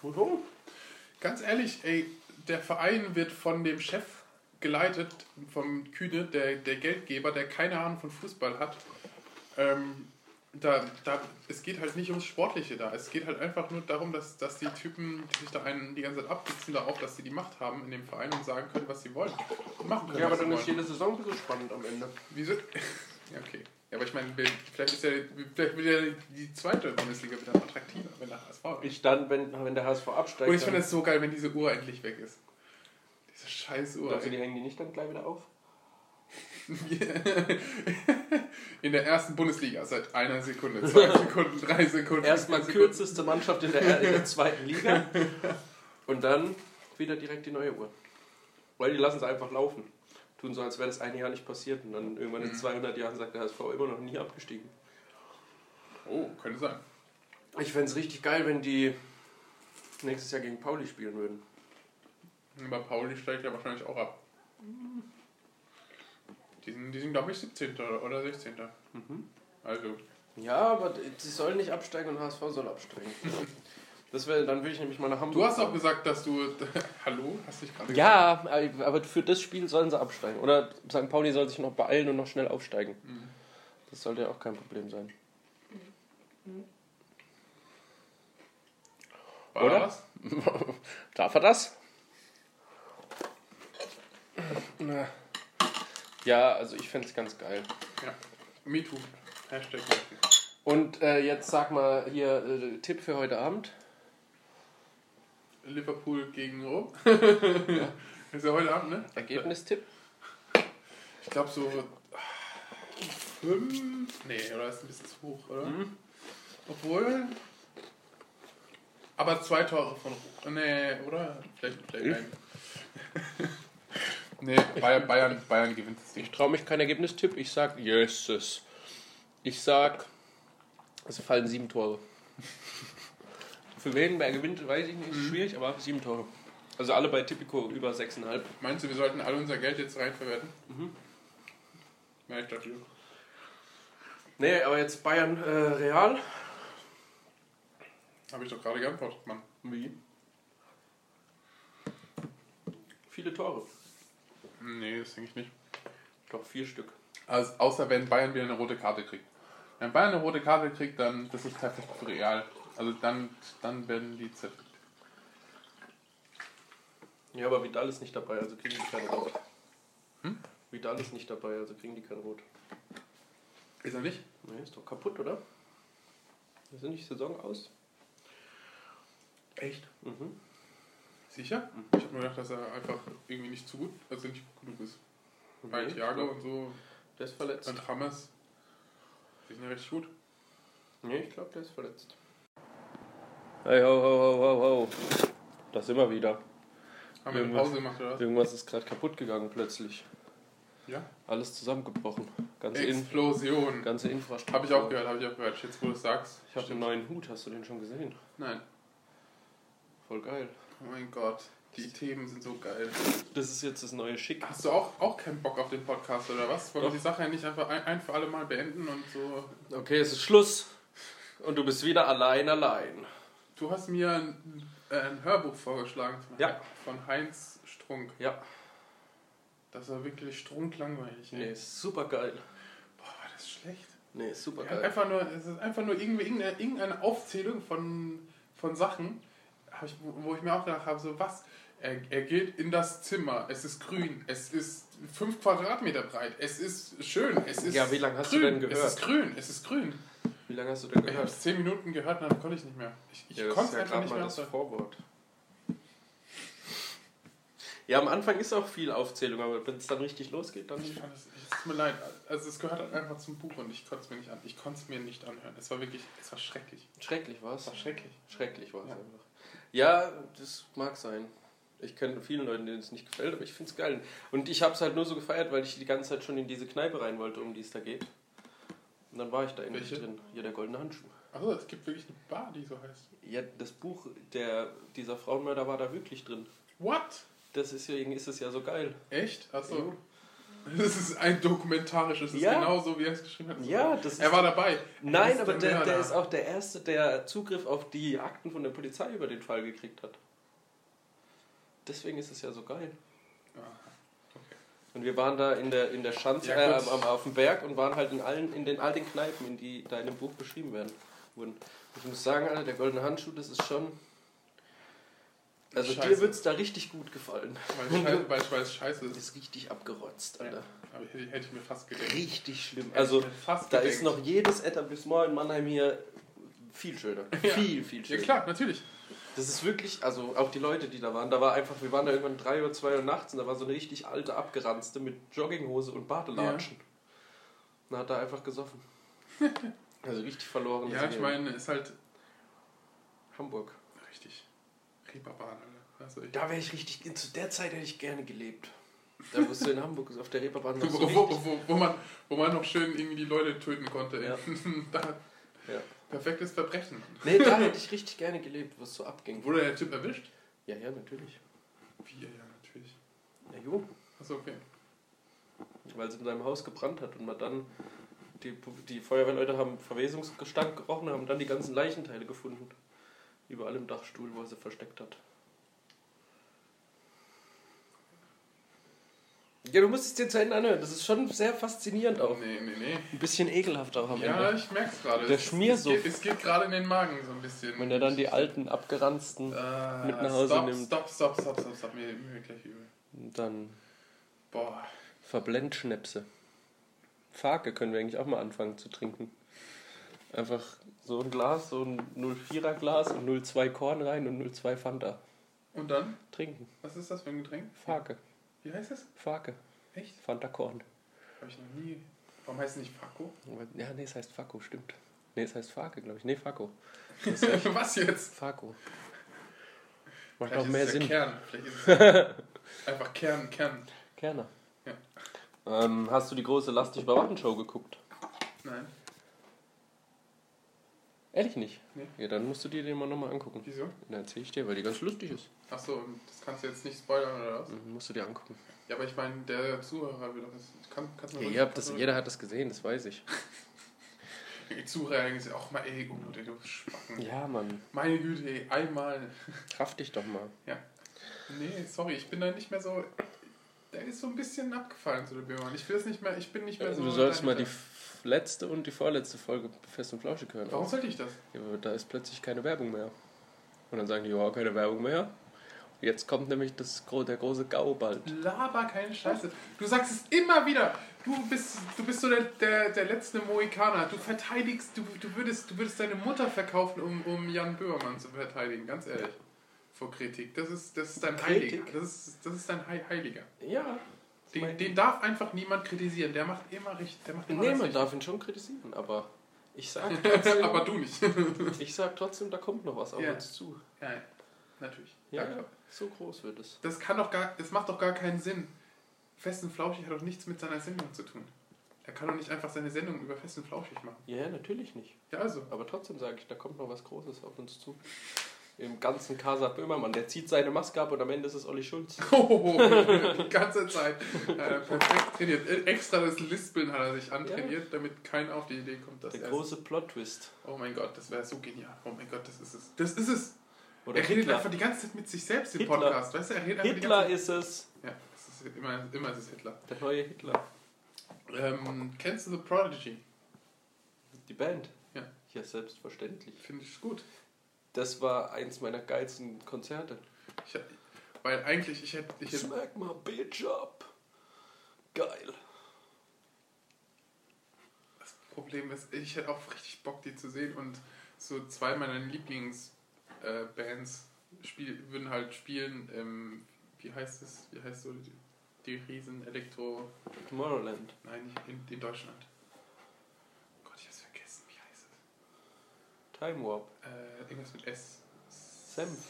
Warum?
Ganz ehrlich, ey, der Verein wird von dem Chef geleitet, vom Kühne, der, der Geldgeber, der keine Ahnung von Fußball hat. Ähm, da, da, es geht halt nicht ums Sportliche da. Es geht halt einfach nur darum, dass, dass die Typen, die sich da einen die ganze Zeit absitzen, darauf, dass sie die Macht haben in dem Verein und sagen können, was sie wollen. Und machen können,
Ja, aber
was
dann
sie
ist
wollen.
jede Saison ein bisschen spannend am Ende.
Wieso? Ja, okay. Ja, aber ich meine, vielleicht, ist ja, vielleicht wird ja die zweite Bundesliga wieder attraktiver, wenn der HSV
Ich dann, wenn, wenn der HSV absteigt,
und ich
dann,
finde es so geil, wenn diese Uhr endlich weg ist. Diese scheiß Uhr.
also die
ey.
hängen die nicht dann gleich wieder auf.
In der ersten Bundesliga seit einer Sekunde, zwei Sekunden, drei Sekunden.
Erstmal
vier Sekunden.
kürzeste Mannschaft in der, in der zweiten Liga und dann wieder direkt die neue Uhr. Weil die lassen es einfach laufen. Tun so, als wäre das ein Jahr nicht passiert und dann irgendwann in 200 Jahren sagt der HSV immer noch nie abgestiegen.
Oh, könnte sein.
Ich fände es richtig geil, wenn die nächstes Jahr gegen Pauli spielen würden.
Aber Pauli steigt ja wahrscheinlich auch ab. Die sind, die sind glaube ich, 17. oder 16.
Mhm.
Also,
Ja, aber sie sollen nicht absteigen und HSV soll absteigen. Das wäre, dann will ich nämlich mal nach Hamburg.
du hast auch gesagt, dass du. Hallo? Hast dich gerade gesagt?
Ja, aber für das Spiel sollen sie absteigen. Oder St. Pauli soll sich noch beeilen und noch schnell aufsteigen. Das sollte ja auch kein Problem sein.
War
oder?
da was?
Darf er das? Ja, also ich fände es ganz geil.
Ja. MeToo. Hashtag MeToo.
Und äh, jetzt sag mal hier äh, Tipp für heute Abend.
Liverpool gegen Rom. Ist ja heute Abend, ne?
Ergebnistipp.
Ich glaube so 5. Nee, oder ist ein bisschen zu hoch, oder? Obwohl. Aber zwei Tore von. Nee, oder? Vielleicht, vielleicht ein. nee, Bayern, Bayern, Bayern gewinnt das Ding.
Ich traue mich kein Ergebnistipp. Ich sag Jesus. Ich sag, es fallen sieben Tore. Für wen, wer gewinnt, weiß ich nicht. Ist schwierig, aber sieben Tore. Mhm. Also alle bei Tipico über sechseinhalb.
Meinst du, wir sollten all unser Geld jetzt reinverwerten? Ja, ich dachte,
Nee, aber jetzt Bayern äh, Real.
habe ich doch gerade geantwortet, Mann.
Wie? Viele Tore.
Nee, das denke ich nicht.
Ich glaube vier Stück.
Also, außer wenn Bayern wieder eine rote Karte kriegt. Wenn Bayern eine rote Karte kriegt, dann das ist tatsächlich für real. Also dann, dann werden die zerfickt.
Ja, aber Vidal ist nicht dabei, also kriegen die keine Rot. Hm? Vidal ist nicht dabei, also kriegen die kein Rot.
Ist er nicht?
Nee, ist doch kaputt, oder? Ist nicht Saison aus?
Echt?
Mhm.
Sicher? Ich habe mir gedacht, dass er einfach irgendwie nicht zu gut, also nicht gut genug ist. Bei
Nee,
Thiago
ich
und so
glaub, Der ist verletzt.
und Hammers. Die sind ja richtig gut.
Nee, ich glaube, der ist verletzt. Hey, ho, ho, ho, ho, ho. Das immer wieder.
Haben wir eine
Irgendwas.
Pause gemacht oder was?
Irgendwas ist gerade kaputt gegangen plötzlich.
Ja.
Alles zusammengebrochen. Ganze, In
Explosion.
ganze Infrastruktur.
Habe ich auch gehört, habe ich auch gehört. Jetzt, wo du es sagst.
Ich habe einen
Stimmt.
neuen Hut, hast du den schon gesehen?
Nein.
Voll geil.
Oh mein Gott. Die Themen sind so geil.
Das ist jetzt das neue Schick.
Hast du auch, auch keinen Bock auf den Podcast oder was? Wollen wir
Doch.
die Sache nicht einfach ein, ein für alle Mal beenden und so.
Okay, es ist Schluss. Und du bist wieder allein, allein.
Du hast mir ein, äh, ein Hörbuch vorgeschlagen von,
Ja.
von Heinz Strunk.
Ja.
Das war wirklich strunklangweilig. ey.
Nee, ist super geil.
Boah, war das schlecht.
Nee, ist super
Er hat
geil.
Einfach nur, es ist einfach nur irgendwie irgendeine, irgendeine Aufzählung von, von Sachen, hab ich, wo wo ich mir auch gedacht habe, so was. Er, er geht in das Zimmer, es ist grün, es ist 5 Quadratmeter breit, es ist schön, es ist
Ja, wie lange hast du denn
grün,
gehört?
Es ist grün, es ist grün.
Wie lange hast du denn
Ich habe
gehört?
es 10 Minuten gehört und dann konnte ich nicht mehr. Ich, ich konnte es einfach
grad
nicht mehr.
das
hören.
Vorwort. Ja, am Anfang ist auch viel Aufzählung, aber wenn es dann richtig losgeht, dann.
Ich fand es, es tut mir leid. Also es gehört halt einfach zum Buch und ich konnte es mir nicht an. Ich konnte es mir nicht anhören. Es war wirklich, es war schrecklich.
Schrecklich war
Es
es.
war schrecklich.
Schrecklich war es
Ja.
einfach. Ja, das mag sein. Ich kenne vielen Leuten, denen es nicht gefällt, aber ich finde es geil. Und ich habe es halt nur so gefeiert, weil ich die ganze Zeit schon in diese Kneipe rein wollte, um die es da geht. Und dann war ich da endlich
Welche?
drin. Hier der goldene Handschuh.
Also es gibt wirklich eine Bar, die so heißt.
Ja, das Buch der, dieser Frauenmörder war da wirklich drin.
What?
Das ist, deswegen ist es ja so geil.
Echt? Achso.
Jo.
Das ist ein dokumentarisches. Das
Ja.
ist genau so, wie er es geschrieben hat.
Ja, das ist-
Er war dabei. Er
Nein,
ist
aber der, der
Mörder.
ist auch der Erste, der Zugriff auf die Akten von der Polizei über den Fall gekriegt hat. Deswegen ist es ja so geil.
Ja.
Und wir waren da in der, in der Schanze,
Ja,
äh,
gut.
am, am, auf dem Berg und waren halt in, allen, in den, all den Kneipen, in die da in dem Buch beschrieben werden wurden. Ich muss sagen, Alter, der goldene Handschuh, das ist schon. Also dir
Scheiße.
wird es da richtig gut gefallen.
Weil ich, scheiße, weil ich weiß, scheiße
Das
ist.
ist richtig abgerotzt,
Ja.
Alter.
Aber hätte, ich- hätte ich mir fast gedacht.
Richtig schlimm.
Hätte
Also
ich mir fast
da
gedacht.
ist noch jedes Etablissement in Mannheim hier viel schöner.
Ja.
Viel, viel
Ja
schöner.
klar, natürlich.
Das ist wirklich, also auch die Leute, die da waren, da war einfach, wir waren da irgendwann 3 Uhr, 2 Uhr nachts und da war so eine richtig alte, abgeranzte mit Jogginghose und Badelatschen. Und hat da einfach gesoffen. also richtig verloren.
Ja, ich meine, ist halt
Hamburg.
richtig. Reeperbahn, Alter. Also, ich-
Da wäre ich richtig, zu der Zeit hätte ich gerne gelebt. Da wirst du in Hamburg, auf der Reeperbahn noch so
Wo, wo,
richtig-
wo, wo, man, wo man noch schön irgendwie die Leute töten konnte. ey.
Ja.
da,
Ja.
perfektes Verbrechen.
Nee, da hätte ich richtig gerne gelebt, wo es so abging.
Wurde der Typ erwischt?
Ja, ja, natürlich.
Wie, ja, ja, natürlich.
Ja, jo.
Achso, okay.
Weil es in seinem Haus gebrannt hat und man dann, die, die Feuerwehrleute haben Verwesungsgestank gerochen und haben dann die ganzen Leichenteile gefunden. Überall im Dachstuhl, wo er sie versteckt hat. Ja, du musst es dir zu Ende anhören. Das ist schon sehr faszinierend auch.
Nee, nee, nee.
Ein bisschen ekelhaft auch am
Ja,
Ende.
ich merk's gerade.
Der
Es-
Schmiersuff.
Es geht, es geht gerade in den Magen so ein bisschen.
Wenn er dann die alten, abgeranzten,
äh,
mit nach Hause
stop,
nimmt.
Stopp, stopp, stopp, stopp, stopp. Mir, mir wird gleich übel.
dann
Boah.
Verblendschnäpse. Farke können wir eigentlich auch mal anfangen zu trinken. Einfach so ein Glas, so ein 04er Glas und 02 Korn rein und 02 Fanta.
Und dann?
Trinken.
Was ist das für ein Getränk?
Farke.
Wie heißt das?
Farke.
Echt?
Fanta Korn.
Hab ich noch nie. Warum heißt es nicht Fakko?
Ja, nee, es heißt Fakko, stimmt. Nee, es heißt Fake, glaube ich. Nee, Fakko.
Was jetzt?
Fako. Macht
Vielleicht
auch
ist
mehr
es der
Sinn.
Kern. Vielleicht ist es einfach Kern, Kern.
Kerner.
Ja.
Ähm, hast du die große Lass dich überwachen Show geguckt?
Nein.
Ehrlich nicht?
Nee.
Ja, dann musst du dir den mal nochmal angucken.
Wieso?
Dann erzähl ich dir, weil die ganz lustig ist.
Achso, und das kannst du jetzt nicht spoilern oder was?
Mhm, musst du dir angucken.
Ja, aber ich meine, der Zuhörer will doch das. Kann, kannst du
Ja,
mal-
ihr habt das,
kannst du mal-
jeder hat das gesehen, das weiß ich.
Die Zuhörer denken sich auch mal, ey, Udo, der du Spacken.
Ja, Mann.
Meine Güte, ey, einmal.
Kraft dich doch mal.
Nee, sorry, ich bin da nicht mehr so. Der ist so ein bisschen abgefallen zu der Böhmermann. Ich will es nicht mehr, ich bin nicht mehr so.
du sollst mal die
dahinter.
f- letzte und die vorletzte Folge Fest und Flauschig hören.
Warum sollte ich das?
Ja, aber da ist plötzlich keine Werbung mehr. Und dann sagen die, ja, keine Werbung mehr. Jetzt kommt nämlich das, gro- der große Gau bald.
Laber keine Scheiße. Du sagst es immer wieder. Du bist, du bist so der, der, der letzte Mohikaner. Du verteidigst, du, du, würdest, du würdest deine Mutter verkaufen, um, um Jan Böhmermann zu verteidigen. Ganz ehrlich. Vor Kritik. Das ist, das ist dein
Kritik?
Heiliger. Das ist, das ist dein Hei- Heiliger.
Ja.
Den, den darf einfach niemand kritisieren. Der macht immer recht. Der macht immer
Nee,
das
man
Richtige.
darf ihn schon kritisieren, aber ich sag trotzdem,
Aber du nicht.
ich sag trotzdem da kommt noch was auf
Ja.
uns zu.
Nein, natürlich.
Ja,
Danke.
so groß wird es.
Das kann doch gar, das macht doch gar keinen Sinn. Fest und Flauschig hat doch nichts mit seiner Sendung zu tun. Er kann doch nicht einfach seine Sendung über Fest und Flauschig machen.
Ja, natürlich nicht.
Ja, also.
Aber trotzdem sage ich, da kommt noch was Großes auf uns zu. Im ganzen Casa Böhmermann, der zieht seine Maske ab und am Ende ist es Olli Schulz.
Oh, die ganze Zeit äh, perfekt trainiert. Äh, Extra das Lispeln hat er sich antrainiert, damit keiner auf die Idee kommt, dass
Der
er.
große Plot-Twist.
Oh mein Gott, das wäre so genial. Oh mein Gott, das ist es. Das ist es.
Oder
er redet
Hitler.
einfach die ganze Zeit mit sich selbst im
Hitler.
Podcast. Weißt du, er redet einfach
Hitler
die ganze
ist es.
Zeit. Ja, es ist immer, immer ist es Hitler.
Der neue Hitler.
Ähm, kennst du The Prodigy?
Die Band.
Ja.
Ja, selbstverständlich.
Finde ich gut.
Das war eins meiner geilsten Konzerte.
Ich, weil eigentlich, ich hätte. Ich hätte
Smack my bitch up. Geil.
Das Problem ist, ich hätte auch richtig Bock, die zu sehen und so zwei meiner Lieblingsbands äh, Bands spiel, würden halt spielen. Ähm, wie heißt es? Wie heißt so die, die Riesen Elektro?
Tomorrowland.
Nein, nicht in, in Deutschland. Oh Gott, ich hab's vergessen. Wie heißt es?
Time Warp.
Äh, irgendwas mit S.
Senf.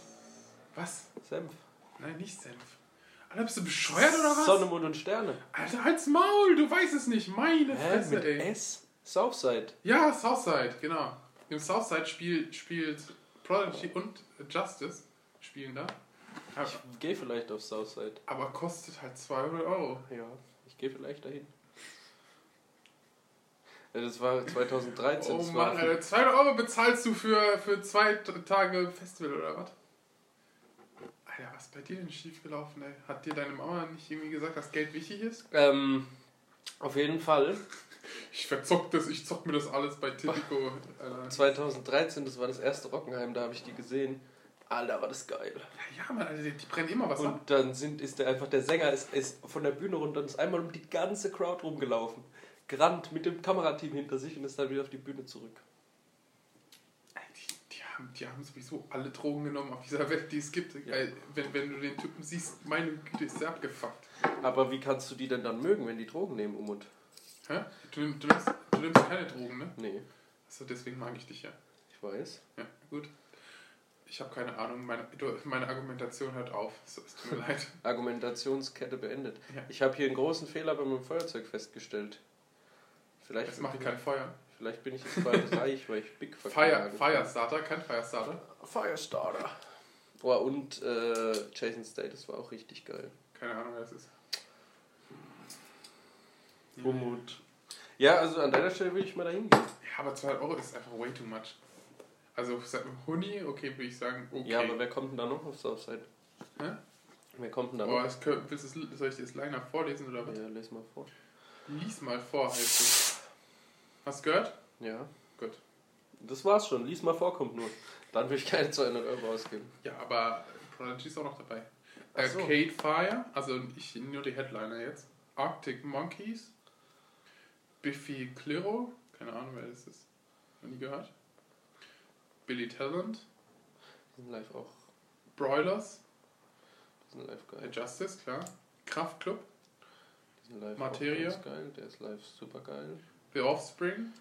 Was?
Senf.
Nein, nicht Senf. Alter, bist du bescheuert oder was?
Sonne, Mond und Sterne.
Alter, halt's Maul, du weißt es nicht. Meine
Hä?
Fresse,
Mit
ey.
S? Southside.
Ja, Southside, genau. Im Southside spiel, spielt Prodigy und Justice spielen da. Aber,
Ich gehe vielleicht auf Southside.
aber kostet halt 200 Euro.
Ja, ich gehe vielleicht dahin. Ja, Das war 2013.
Oh
das war
Mann, Alter, 200 Euro bezahlst du für, für zwei T- Tage Festival oder was? Alter, was ist bei dir denn schiefgelaufen, ey? Hat dir deine Mama nicht irgendwie gesagt, dass Geld wichtig ist?
ähm, auf jeden Fall.
Ich verzock das, ich zock mir das alles bei Tipico. Alter.
2013, das war das erste Rockenheim, da habe ich die gesehen. Alter, war das geil.
Ja, ja, Mann, Alter, die, die brennen immer was ab.
Und dann sind, ist der einfach, der Sänger ist, ist von der Bühne runter und ist einmal um die ganze Crowd rumgelaufen. Gerannt mit dem Kamerateam hinter sich und ist dann wieder auf die Bühne zurück.
Die, die, haben, die haben sowieso alle Drogen genommen auf dieser Welt, die es gibt.
Ja.
Ey, Wenn, wenn du den Typen siehst, meine Güte, ist der abgefuckt.
Aber wie kannst du die denn dann mögen, wenn die Drogen nehmen, um und?
Hä? Du, nimm- du, nimmst, du nimmst keine Drogen, ne?
Nee,
Achso, deswegen mag ich dich ja.
ich weiß.
Ja, gut. Ich habe keine Ahnung, meine, du, meine Argumentation hört auf. So, es tut mir leid.
Argumentationskette beendet.
Ja.
Ich habe hier einen großen Fehler bei meinem Feuerzeug festgestellt. Vielleicht,
Es macht kein Feuer.
vielleicht bin ich jetzt bald reich, weil ich Big
Fire, Firestarter, kein Firestarter.
Firestarter. Oh, und äh, Jason Status war auch richtig geil.
Keine Ahnung, wer das ist. Ja,
Umut. Ja, also an deiner Stelle will ich mal dahin gehen.
Ja, aber 200 Euro ist einfach way too much. Also, sag mal, Huni, okay, würde ich sagen, okay.
Ja, aber wer kommt denn da noch auf Southside?
Hä?
Wer kommt denn da
Boah,
noch?
das kö- willst du, das- soll ich das Liner vorlesen oder was?
Ja, les mal vor.
Lies mal vor, heißt es. Hast du gehört?
Ja,
Gut.
das war's schon. Lies mal vor, kommt nur. Dann will ich keine 200 Euro ausgeben.
Ja, aber Prodigy ist auch noch dabei.
Ach so.
Arcade Fire, also ich nur die Headliner jetzt. Arctic Monkeys. Biffy Clyro, keine Ahnung, wer das ist. Noch nie gehört. Billy Talent.
Die sind live auch.
Broilers.
Die sind live
Äh,
geil.
Justice, klar. Kraftclub.
Die Live
Materie.
Auch ganz geil. Der ist live super geil.
The Offspring,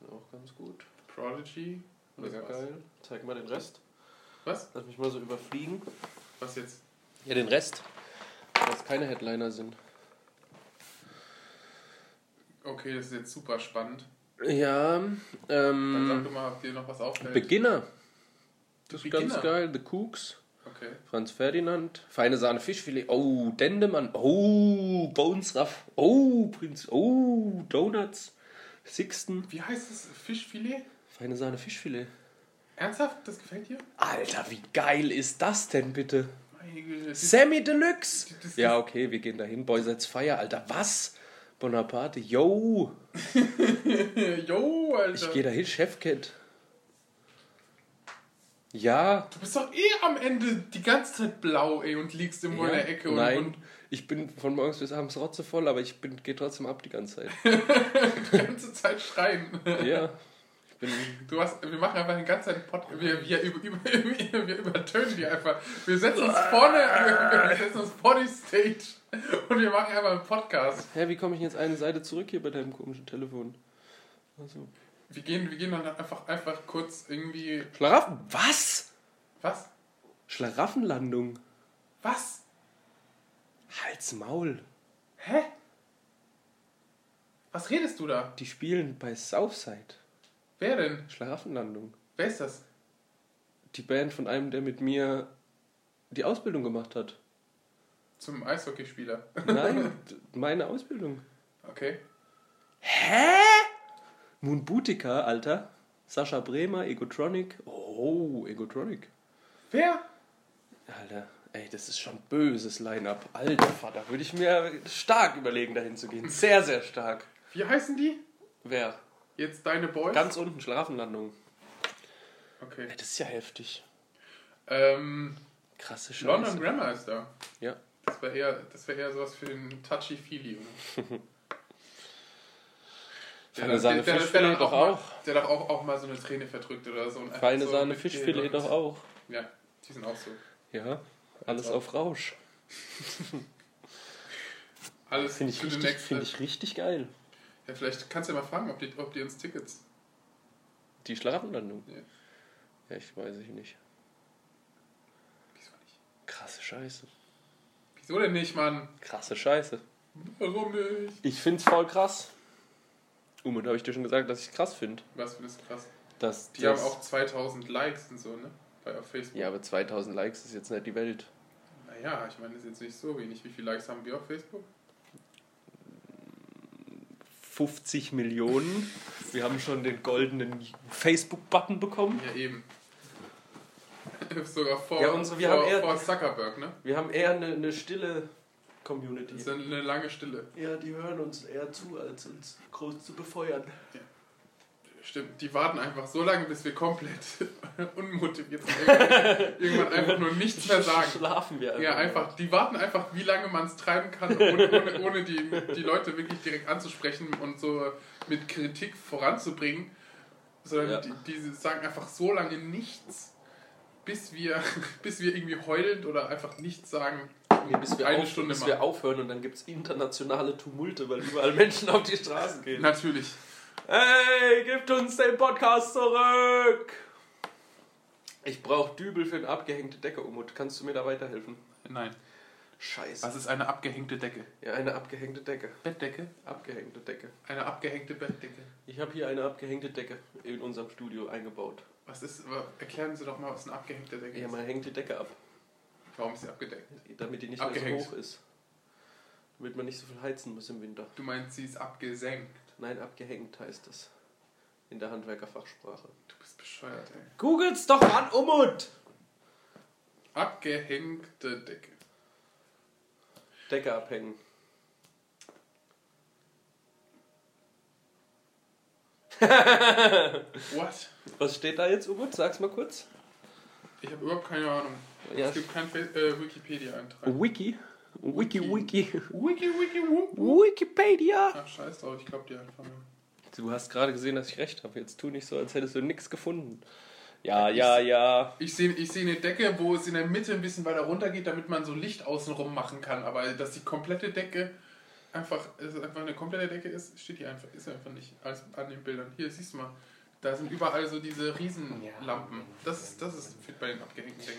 Ist auch ganz gut.
Prodigy. und das
Mega
war's.
geil. Zeig mal den Rest.
Was?
Lass mich mal so überfliegen.
Was jetzt?
Ja, den Rest. Was keine Headliner sind.
Okay, das ist jetzt super spannend.
Ja,
Dann sag
ähm.
du mal, ob dir noch was auffällt.
Beginner. Das ist
Beginner.
ganz geil. The Cooks.
okay.
Franz Ferdinand, feine Sahne Fischfilet, oh, Dendemann, oh, Bones Raff, oh, Prinz, oh, Donuts, Sixten,
Wie heißt es? Fischfilet?
feine Sahne Fischfilet.
Ernsthaft? Das gefällt dir?
Alter, wie geil ist das denn bitte?
Meine Güte. das ist-
Sammy Deluxe!
Das ist-
Ja, okay, wir gehen dahin. Boyseits Feier, Alter, was? Bonaparte, yo!
Jo, Alter.
Ich gehe dahin, Chefkett. Ja,
Du bist doch eh am Ende die ganze Zeit blau, ey, und liegst irgendwo in
Ja,
der Ecke und,
Nein,
und
ich bin von morgens bis abends rotzevoll, aber ich bin- gehe trotzdem ab die ganze Zeit.
die ganze Zeit schreien.
Ja, ich bin
Du hast, wir machen einfach den ganzen Zeit Podcast. Wir, wir, über, über, wir übertönen die einfach. Wir setzen uns vorne, wir, wir setzen uns vor die Stage und wir machen einfach einen Podcast.
Hä, wie komme ich jetzt eine Seite zurück hier bei deinem komischen Telefon? Also.
Wir gehen, wir gehen dann einfach, einfach kurz irgendwie.
Schlaraffen. Was?
Was?
Schlaraffenlandung.
Was?
Halt's Maul.
Hä? Was redest du da?
Die spielen bei Southside.
Wer denn?
Schlaraffenlandung.
Wer ist das?
Die Band von einem, der mit mir die Ausbildung gemacht hat.
Zum Eishockeyspieler.
Nein, d- meine Ausbildung.
Okay.
Hä? Moonbootica, Alter. Sascha Bremer, Egotronic. Oh, Egotronic.
Wer?
Alter, ey, das ist schon böses Line-Up. Alter Vater, würde ich mir stark überlegen, dahin zu gehen. Sehr, sehr stark.
Wie heißen die?
Wer?
Jetzt deine Boys?
Ganz unten, Schlafenlandung.
Okay.
Ey, das ist ja heftig.
Ähm,
Krasse Scheiße.
London Grammar ist da.
Ja.
Das wäre eher, das wär eher sowas für den Touchy-Feely. oder?
Feine Sahne
der- der- der
Fischfilet
dann
doch
mal-
auch.
Der doch auch, auch mal so eine Träne verdrückt oder so. und einfach
Feine
so
Sahne
mitgeht
Fischfilet
und-
doch auch.
Ja, die sind auch so.
Ja, alles auf Rausch.
Alles
Finde ich,
für den
richtig-
Next
find
Step.
ich richtig geil.
Ja, vielleicht kannst du ja mal fragen, ob die, ob die uns Tickets.
Die Schlafenlandung.
Ja.
Ja, ich weiß ich nicht.
Wieso nicht?
Krasse Scheiße.
Wieso denn nicht, Mann?
Krasse Scheiße.
Warum nicht?
Ich find's voll krass. Umut, habe Oh, ich dir schon gesagt, dass ich krass finde.
Was findest du krass?
Dass
Die
das-
haben auch 2000 Likes und so, ne? Bei auf Facebook.
Ja, aber 2000 Likes ist jetzt nicht die Welt.
Naja, ich meine, das ist jetzt nicht so wenig. Wie viele Likes haben wir auf Facebook?
50 Millionen. Wir haben schon den goldenen Facebook-Button bekommen.
Ja, eben. Sogar vor,
Ja, unsere- wir
vor,
haben eher-
vor Zuckerberg, ne?
Wir haben eher eine, eine stille
Das ist
Community.
eine lange Stille.
Ja, die hören uns eher zu, als uns groß zu befeuern.
Stimmt, die warten einfach so lange, bis wir komplett unmotiviert sind. Irgendwann, irgendwann einfach nur nichts mehr sagen.
Schlafen wir
Ja, einfach, die warten einfach, wie lange man es treiben kann, ohne, ohne, ohne die, die Leute wirklich direkt anzusprechen und so mit Kritik voranzubringen. Sondern
Ja.
die, die sagen einfach so lange nichts, bis wir, bis wir irgendwie heulend oder einfach nichts sagen.
Ja, bis wir,
eine
auf,
Stunde
bis wir
machen.
aufhören und dann gibt es internationale Tumulte, weil überall Menschen auf die Straßen gehen.
Natürlich.
Hey, gebt uns den Podcast zurück! Ich brauche Dübel für eine abgehängte Decke, Umut. Kannst du mir da weiterhelfen?
Nein.
Scheiße.
Was ist eine abgehängte Decke?
Ja, eine abgehängte Decke.
Bettdecke?
Abgehängte Decke.
Eine abgehängte Bettdecke.
Ich habe hier eine abgehängte Decke in unserem Studio eingebaut.
Was ist, erklären Sie doch mal, was eine abgehängte Decke
Ja,
ist.
man hängt die Decke ab,
Warum ist sie abgedeckt?
damit die nicht mehr
Abgehängt.
so hoch ist. Damit man nicht so viel heizen muss im Winter.
Du meinst, sie ist abgesenkt.
Nein, abgehängt heißt das. In der Handwerkerfachsprache.
Du bist bescheuert, ey.
Googles doch an, Umut!
Abgehängte Decke.
Decke abhängen.
What?
Was steht da jetzt, Umut? Sag's mal kurz.
Ich habe überhaupt keine Ahnung.
Ja.
Es gibt keinen Fe- äh, Wikipedia-Eintrag.
Wiki. Wiki, Wiki.
Wiki, wiki, wup.
Wikipedia!
Ach, scheiß drauf, ich glaub dir einfach nur.
Du hast gerade gesehen, dass ich recht habe. Jetzt tu nicht so, als hättest du nichts gefunden. Ja,
Äh,
ja, ja.
Ich sehe ich seh eine Decke, wo es in der Mitte ein bisschen weiter runter geht, damit man so Licht außenrum machen kann. Aber dass die komplette Decke einfach, es ist einfach eine komplette Decke ist, steht hier einfach, ist einfach nicht als an den Bildern. Hier, siehst du mal, da sind überall so diese Riesenlampen. Das ist, das ist fit bei den abgehängten Dingen.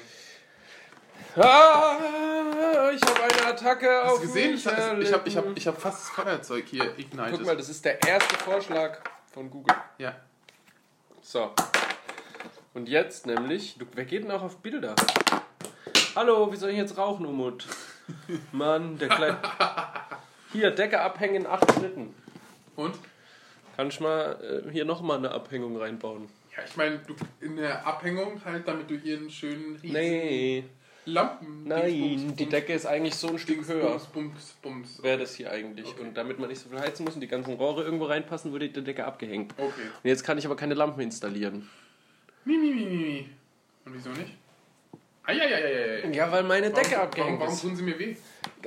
Ah, ich habe eine Attacke
Hast
auf
du gesehen? Ich
mich
habe ich hab, ich hab, ich hab fast das Feuerzeug hier ignited.
Guck mal, das ist der erste Vorschlag von Google.
Ja.
So. Und jetzt nämlich, du, wer geht denn auch auf Bilder? Hallo, wie soll ich jetzt rauchen, Umut? Mann, der kleine. Hier, Decke abhängen in acht Schritten.
Und?
Kann ich mal äh, hier nochmal eine Abhängung reinbauen?
Ja, ich meine, du in der Abhängung halt, damit du hier einen schönen riesen
Nee,
Lampen.
nein, die
Decke
Decke ist eigentlich so ein Stück
Dings,
höher.
Bums, Bums, Bums.
Wäre das hier eigentlich.
Okay.
Und damit man nicht so viel heizen muss und die ganzen Rohre irgendwo reinpassen, würde die Decke abgehängt.
Okay.
Und jetzt kann ich aber keine Lampen installieren.
Mi, mi, mi, mi, mi. Und wieso nicht? Eieieiei.
Ja, weil meine Decke
warum,
abgehängt
warum, warum
ist.
tun sie mir weh?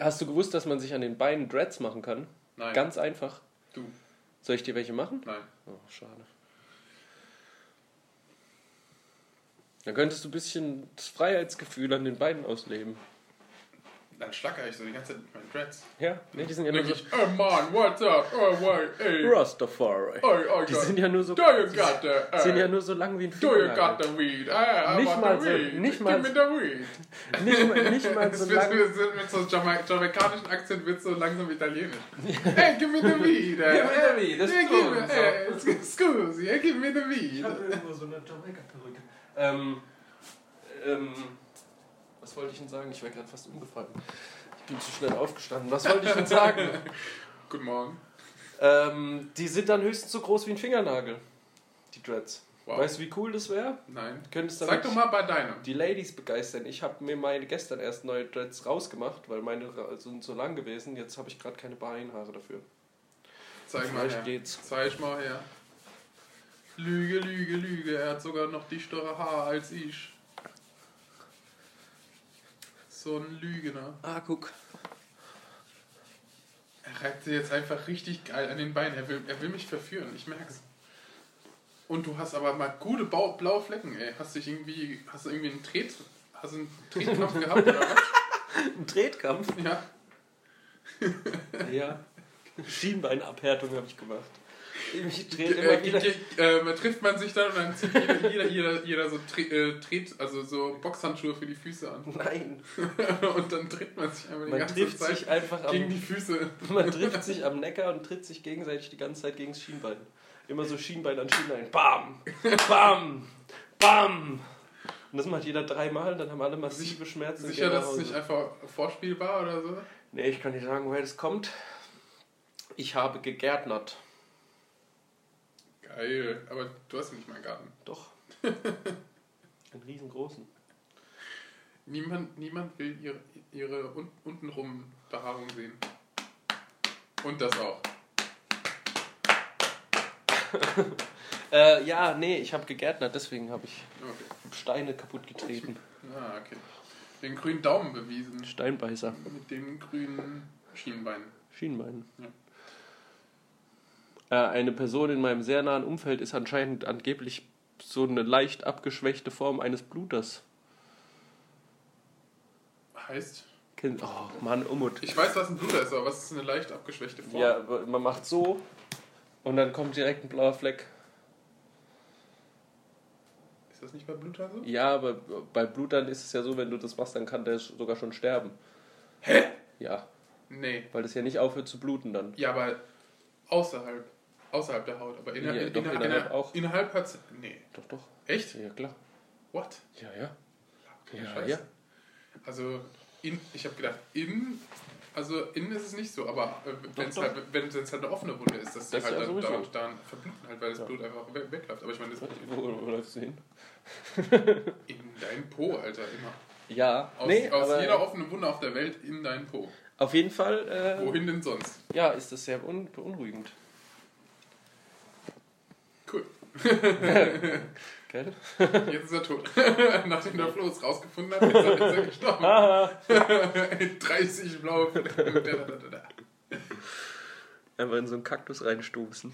Hast du gewusst, dass man sich an den Beinen Dreads machen kann?
Nein.
Ganz einfach.
Du.
Soll ich dir welche machen?
Nein.
Oh, schade. Dann könntest du ein bisschen das Freiheitsgefühl an den Beinen ausleben.
Dann schlackere ich so die ganze Zeit mit meinen Dreads.
Ja, ne, die sind ja nur
Dann
so
ich, oh man, what's up? Oh, what, ey. Oi,
Rastafari.
oi,
Die
oi.
sind ja nur so,
oh, Do you got the, uh,
sind ja nur so lang wie ein
Do you got
Fingernagel.
the weed? I, I
Nicht
want
mal
the
so-
weed.
nicht
Give
mal
me
so-
the weed.
Nicht, mal- nicht mal
Das
so
wird,
lang.
wird, wird mit so einem Jama jamaikanischen Akzent wird so langsam italienisch. hey, give me the weed. Give
me the weed, das
hey,
ist
give
so
me,
und so.
hey, excuse, yeah, give me the weed.
irgendwo so eine Jamaika-Perücke. Ähm, ähm, was wollte ich denn sagen? Ich wäre gerade fast umgefallen. Ich bin zu schnell aufgestanden. Was wollte ich denn sagen?
Guten Morgen.
ähm, die sind dann höchstens so groß wie ein Fingernagel, die Dreads.
Wow.
Weißt du, wie cool das wäre?
Nein.
Du könntest
Sag
damit
doch mal bei deinem.
die Ladies begeistern. Ich habe mir meine gestern erst neue Dreads rausgemacht, weil meine ra- sind so lang gewesen. Jetzt habe ich gerade keine Beinhaare dafür.
Zeig mal
Vielleicht
her.
geht's.
Zeig mal her. Lüge, Lüge, Lüge. Er hat sogar noch dichtere Haare als ich. So ein Lügner.
Ah, guck.
Er reibt sie jetzt einfach richtig geil an den Beinen. Er will, er will mich verführen, ich merk's. Und du hast aber mal gute Bau blaue Flecken, ey. Hast dich irgendwie, hast du irgendwie einen Tret, hast du einen Tretkampf gehabt oder was?
Ein Tretkampf.
Ja.
Ja. Schienbeinabhärtung habe ich gemacht. Ich drehe
Äh,
immer
ge-
wieder.
ge- äh, trifft man sich dann und dann zieht jeder, jeder, jeder, jeder so Tre äh, Tret, also so Boxhandschuhe für die Füße an.
Nein,
und dann tritt man sich einfach die
man
ganze
trifft
Zeit
sich einfach
gegen die
am,
Füße.
man trifft sich am Neckar und tritt sich gegenseitig die ganze Zeit gegen das Schienbein. Immer so Schienbein an Schienbein. Bam! Bam! Bam! Und das macht jeder dreimal, dann haben alle massive Schmerzen.
Sicher,
gehen nach
dass es
Hause.
nicht einfach vorspielbar oder so?
Nee, ich kann nicht sagen, woher das kommt. Ich habe gegärtnert.
Geil, aber du hast nicht mal einen Garten.
Doch. Einen riesengroßen.
Niemand, niemand will ihre, ihre un, untenrum Behaarung sehen. Und das auch.
Äh, ja, nee, ich habe gegärtnert, deswegen habe ich
Okay.
Steine kaputt getreten.
Ah, okay. Den grünen Daumen bewiesen.
Steinbeißer.
Mit dem grünen Schienbein.
Schienbein. Äh, eine Person in meinem sehr nahen Umfeld ist anscheinend angeblich so eine leicht abgeschwächte Form eines Bluters.
Heißt?
Kennt- Oh Mann, Umut.
Ich weiß, was ein Bluter ist, aber was ist eine leicht abgeschwächte Form?
Ja, aber man macht so und dann kommt direkt ein blauer Fleck.
Ist das nicht bei Bluter so?
Ja, aber bei Blutern ist es ja so, wenn du das machst, dann kann der sogar schon sterben. Hä? Ja,
Nee.
weil das ja nicht aufhört zu bluten dann.
Ja, aber außerhalb. Außerhalb der Haut. Aber innerhalb
Ja, doch,
innerhalb,
innerhalb auch.
Innerhalb hat's. Nee.
Doch, doch.
Echt?
Ja, klar.
What?
Ja, ja.
Keine
Ja,
Scheiße.
ja.
Also, in, ich habe gedacht, innen, also innen ist es nicht so, aber äh, wenn es
doch.
halt, wenn es jetzt halt eine offene Wunde ist, dass die
Das
halt
ja
dann
sowieso.
dauernd dann verbluten halt, weil das
Ja.
Blut einfach we- wegläuft. Aber ich meine, das
Wo, wo läufst du hin?
in deinen Po, Alter, immer.
Ja,
Aus,
nee,
aus
aber
jeder offenen Wunde auf der Welt in deinen Po.
auf jeden Fall äh,
Wohin denn sonst?
ja, ist das sehr beun- beunruhigend.
Cool.
Gell?
Jetzt ist er tot. Nachdem der Flo es rausgefunden hat, ist er, ist er gestorben.
Haha.
30 blaue Flecken. Da, da, da, da.
Einfach in so einen Kaktus reinstoßen.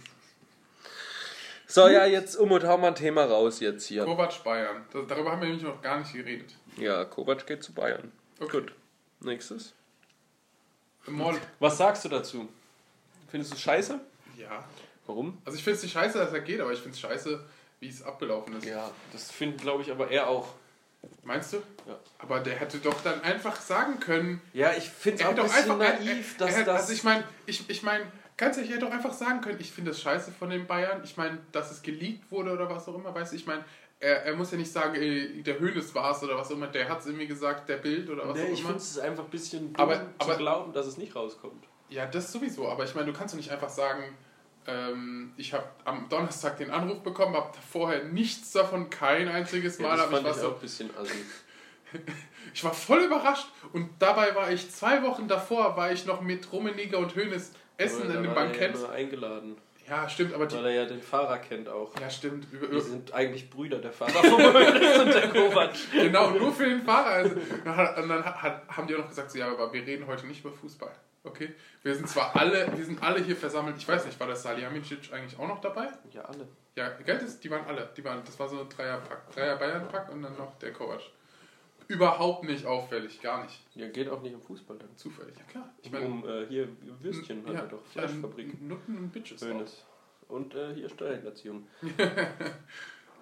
So, ja, jetzt Umut, hau mal ein Thema raus jetzt hier.
Kovac Bayern. Das, darüber haben wir nämlich noch gar nicht geredet.
Ja, Kovac geht zu Bayern.
Okay.
Gut. Nächstes.
Mol
Was sagst du dazu?
Findest du es scheiße?
Ja.
Warum?
Also ich finde es nicht scheiße, dass er geht, aber ich finde es scheiße, wie es abgelaufen ist.
Ja, das finden, glaube ich, aber er auch.
Meinst du?
Ja.
Aber der hätte doch dann einfach sagen können,
Ja, ich finde es
er
auch ein
hätte doch
bisschen
einfach
naiv,
er, er,
dass
hätte-
das.
Also ich meine, ich, ich meine, ganz ehrlich, er hätte doch einfach sagen können, ich finde das scheiße von den Bayern. Ich meine, dass es geleakt wurde oder was auch immer, weißt du, ich meine, er, er muss ja nicht sagen, ey, der Höhles war es oder was auch immer, der hat es irgendwie gesagt, der Bild oder was
nee,
auch
ich
immer.
finde es einfach ein bisschen dumm
Aber-
zu
aber-
glauben, dass es nicht rauskommt.
Ja, das sowieso, aber ich meine, du kannst doch nicht einfach sagen, ähm, ich habe am Donnerstag den Anruf bekommen, habe vorher nichts davon, kein einziges Mal,
das
aber
fand
ich war
ich auch
so,
ein bisschen assi.
Ich war voll überrascht und dabei war ich zwei Wochen davor, war ich noch mit Rummenigge und Hönes essen
Aber da
in einem
war er
Bankett.
Ja nur eingeladen,
Ja, stimmt, aber die.
weil er ja den Fahrer kennt auch.
Ja, stimmt. Über,
Die
über,
sind eigentlich Brüder, der Fahrer vom Hönes und der Kovac.
genau, nur für den Fahrer. Also, und dann hat- und dann hat, haben die auch noch gesagt, so, ja, aber wir reden heute nicht über Fußball. Okay? Wir sind zwar alle, wir sind alle hier versammelt. Ich weiß nicht, war das Salihamidzic eigentlich auch noch dabei?
Ja, alle.
Ja, gell, das, die waren alle. Die waren, das war so ein Dreierpack. Dreier Bayern-Pack und dann noch der Kovac. Überhaupt nicht auffällig, gar nicht.
Ja, geht auch nicht um Fußball dann.
Zufällig, ja klar.
Ich meine, um äh, hier Würstchen hat er doch, Fleischfabrik.
ähm, Nutten und Bitches. auch.
Hönes. Und äh, hier Steuerinflation.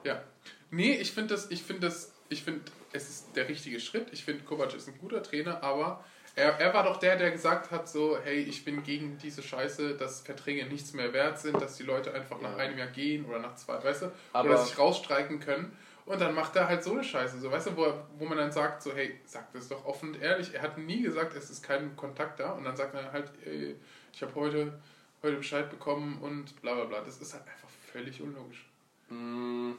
Ja. Nee, ich finde das, ich finde das, ich finde, es ist der richtige Schritt. Ich finde, Kovac ist ein guter Trainer, aber er, er war doch der, der gesagt hat, so, hey, ich bin gegen diese Scheiße, dass Verträge nichts mehr wert sind, dass die Leute einfach nach
Ja.
einem Jahr gehen oder nach zwei, weißt du,
Aber-
oder sich rausstreiken können. Und dann macht er halt so eine Scheiße, so, weißt du, wo, er- wo man dann sagt, so, hey, sag das doch offen und ehrlich. Er hat nie gesagt, es ist kein Kontakt da. Und dann sagt er halt, ey, ich habe heute, heute Bescheid bekommen und bla bla bla. Das ist halt einfach völlig unlogisch.
Mm.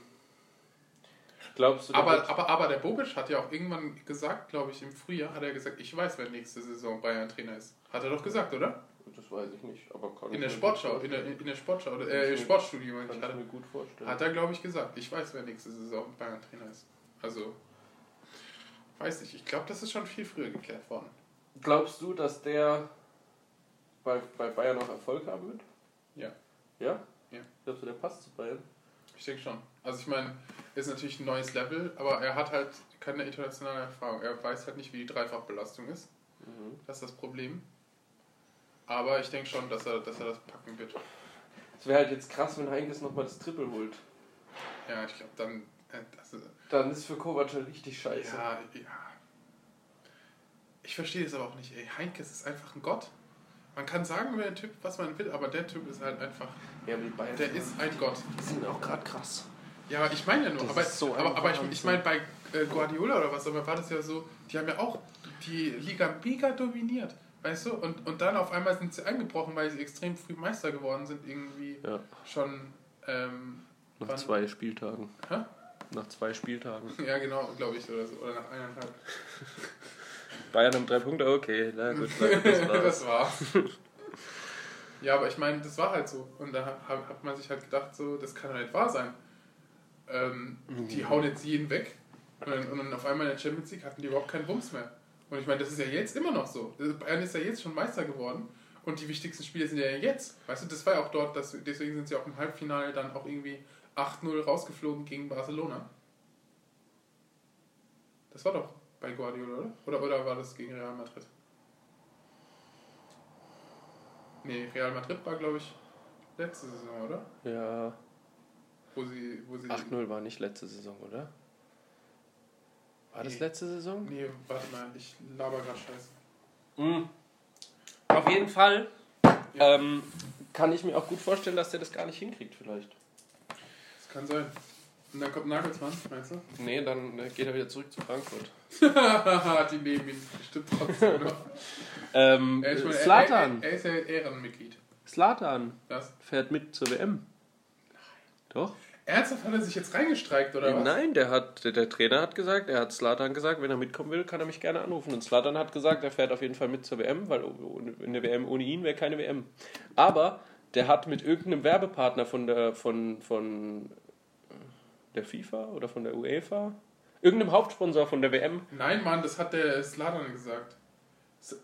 Glaubst du, der
Aber,
wird-
aber, aber der Bobic hat ja auch irgendwann gesagt, glaube ich, im Frühjahr hat er gesagt, ich weiß, wer nächste Saison Bayern Trainer ist. Hat er doch gesagt, oder?
das weiß ich nicht, aber kann
In
ich
der
mir
Sportschau,
gut
in der, in der Sportschau, oder,
Kann ich
äh,
mir-
Sportstudio, meine
vorstellen.
ich.
Kann ich
Hat,
mir gut vorstellen.
hat er, glaube ich, gesagt, ich weiß, wer nächste Saison Bayern Trainer ist. Also, weiß nicht. Ich glaube, das ist schon viel früher geklärt worden.
Glaubst du, dass der bei, bei Bayern noch Erfolg haben wird?
Ja.
Ja?
Ja.
Glaubst du, der passt zu Bayern?
Ich denke schon. Also, ich meine, ist natürlich ein neues Level, aber er hat halt keine internationale Erfahrung. Er weiß halt nicht, wie die Dreifachbelastung ist.
Mhm.
Das ist das Problem. Aber ich denke schon, dass er, dass er das packen wird.
Es wäre halt jetzt krass, wenn Heinkes nochmal das Triple holt.
Ja, ich glaube, dann. Äh, das ist,
Dann ist für Kovac halt richtig scheiße.
ja, ja. Ich verstehe es aber auch nicht, ey. Heinkes ist einfach ein Gott. Man kann sagen, wer der Typ, was man will, aber der Typ ist halt einfach.
Ja, aber die Bayern
Der ist ein Gott.
sind auch gerade krass.
Ja, ich meine ja nur,
Das
aber,
ist so ein
aber, aber ich,
Wahnsinn.
ich meine, bei äh, Guardiola oder was, aber war das ja so, die haben ja auch die Liga mega dominiert, weißt du? Und, und dann auf einmal sind sie eingebrochen, weil sie extrem früh Meister geworden sind, irgendwie
Ja,
schon. Ähm,
nach
wann-
zwei Spieltagen.
Hä?
Nach zwei Spieltagen.
Ja, genau, glaube ich, oder so. Oder nach eineinhalb.
Bayern haben drei Punkte, okay, na gut, danke, das war's.
das war's. ja, aber ich meine, das war halt so. Und da hat, hat man sich halt gedacht, so, das kann doch nicht wahr sein. Ähm, Die hauen jetzt jeden weg. Und dann, und dann auf einmal in der Champions League hatten die überhaupt keinen Wumms mehr. Und ich meine, das ist ja jetzt immer noch so. Also, Bayern ist ja jetzt schon Meister geworden. Und die wichtigsten Spiele sind ja jetzt. Weißt du, das war ja auch dort, dass, deswegen sind sie auch im Halbfinale dann auch irgendwie 8-0 rausgeflogen gegen Barcelona. Das war doch bei Guardiola, oder? Oder, oder war das gegen Real Madrid? Nee, Real Madrid war, glaube ich, letzte Saison, oder?
Ja,
Wo sie. Wo sie
8-0 war nicht letzte Saison, oder? War das
Nee.
letzte Saison?
Nee, warte mal, ich laber gerade Scheiße.
Mhm. Auf jeden Fall
Ja.
ähm, kann ich mir auch gut vorstellen, dass der das gar nicht hinkriegt vielleicht.
Das kann sein. Und dann kommt Nagelsmann, meinst du?
Nee, dann äh, geht er wieder zurück zu Frankfurt.
die nehmen ihn bestimmt trotzdem noch.
Ähm,
Er ist, schon-
Zlatan.
Er, er, er ist ja Ehrenmitglied.
äh,
Slatan
Das.
fährt mit zur WM. Doch?
Ernsthaft hat er sich jetzt reingestreikt, oder was?
Nein, der hat der, der Trainer hat gesagt, er hat Slatan gesagt, wenn er mitkommen will, kann er mich gerne anrufen. Und Slatan hat gesagt, er fährt auf jeden Fall mit zur WM, weil ohne- in der WM ohne ihn wäre keine WM. Aber der hat mit irgendeinem Werbepartner von der von von der FIFA oder von der UEFA, irgendeinem Hauptsponsor von der WM.
Nein, Mann, das hat der Sladan gesagt. S-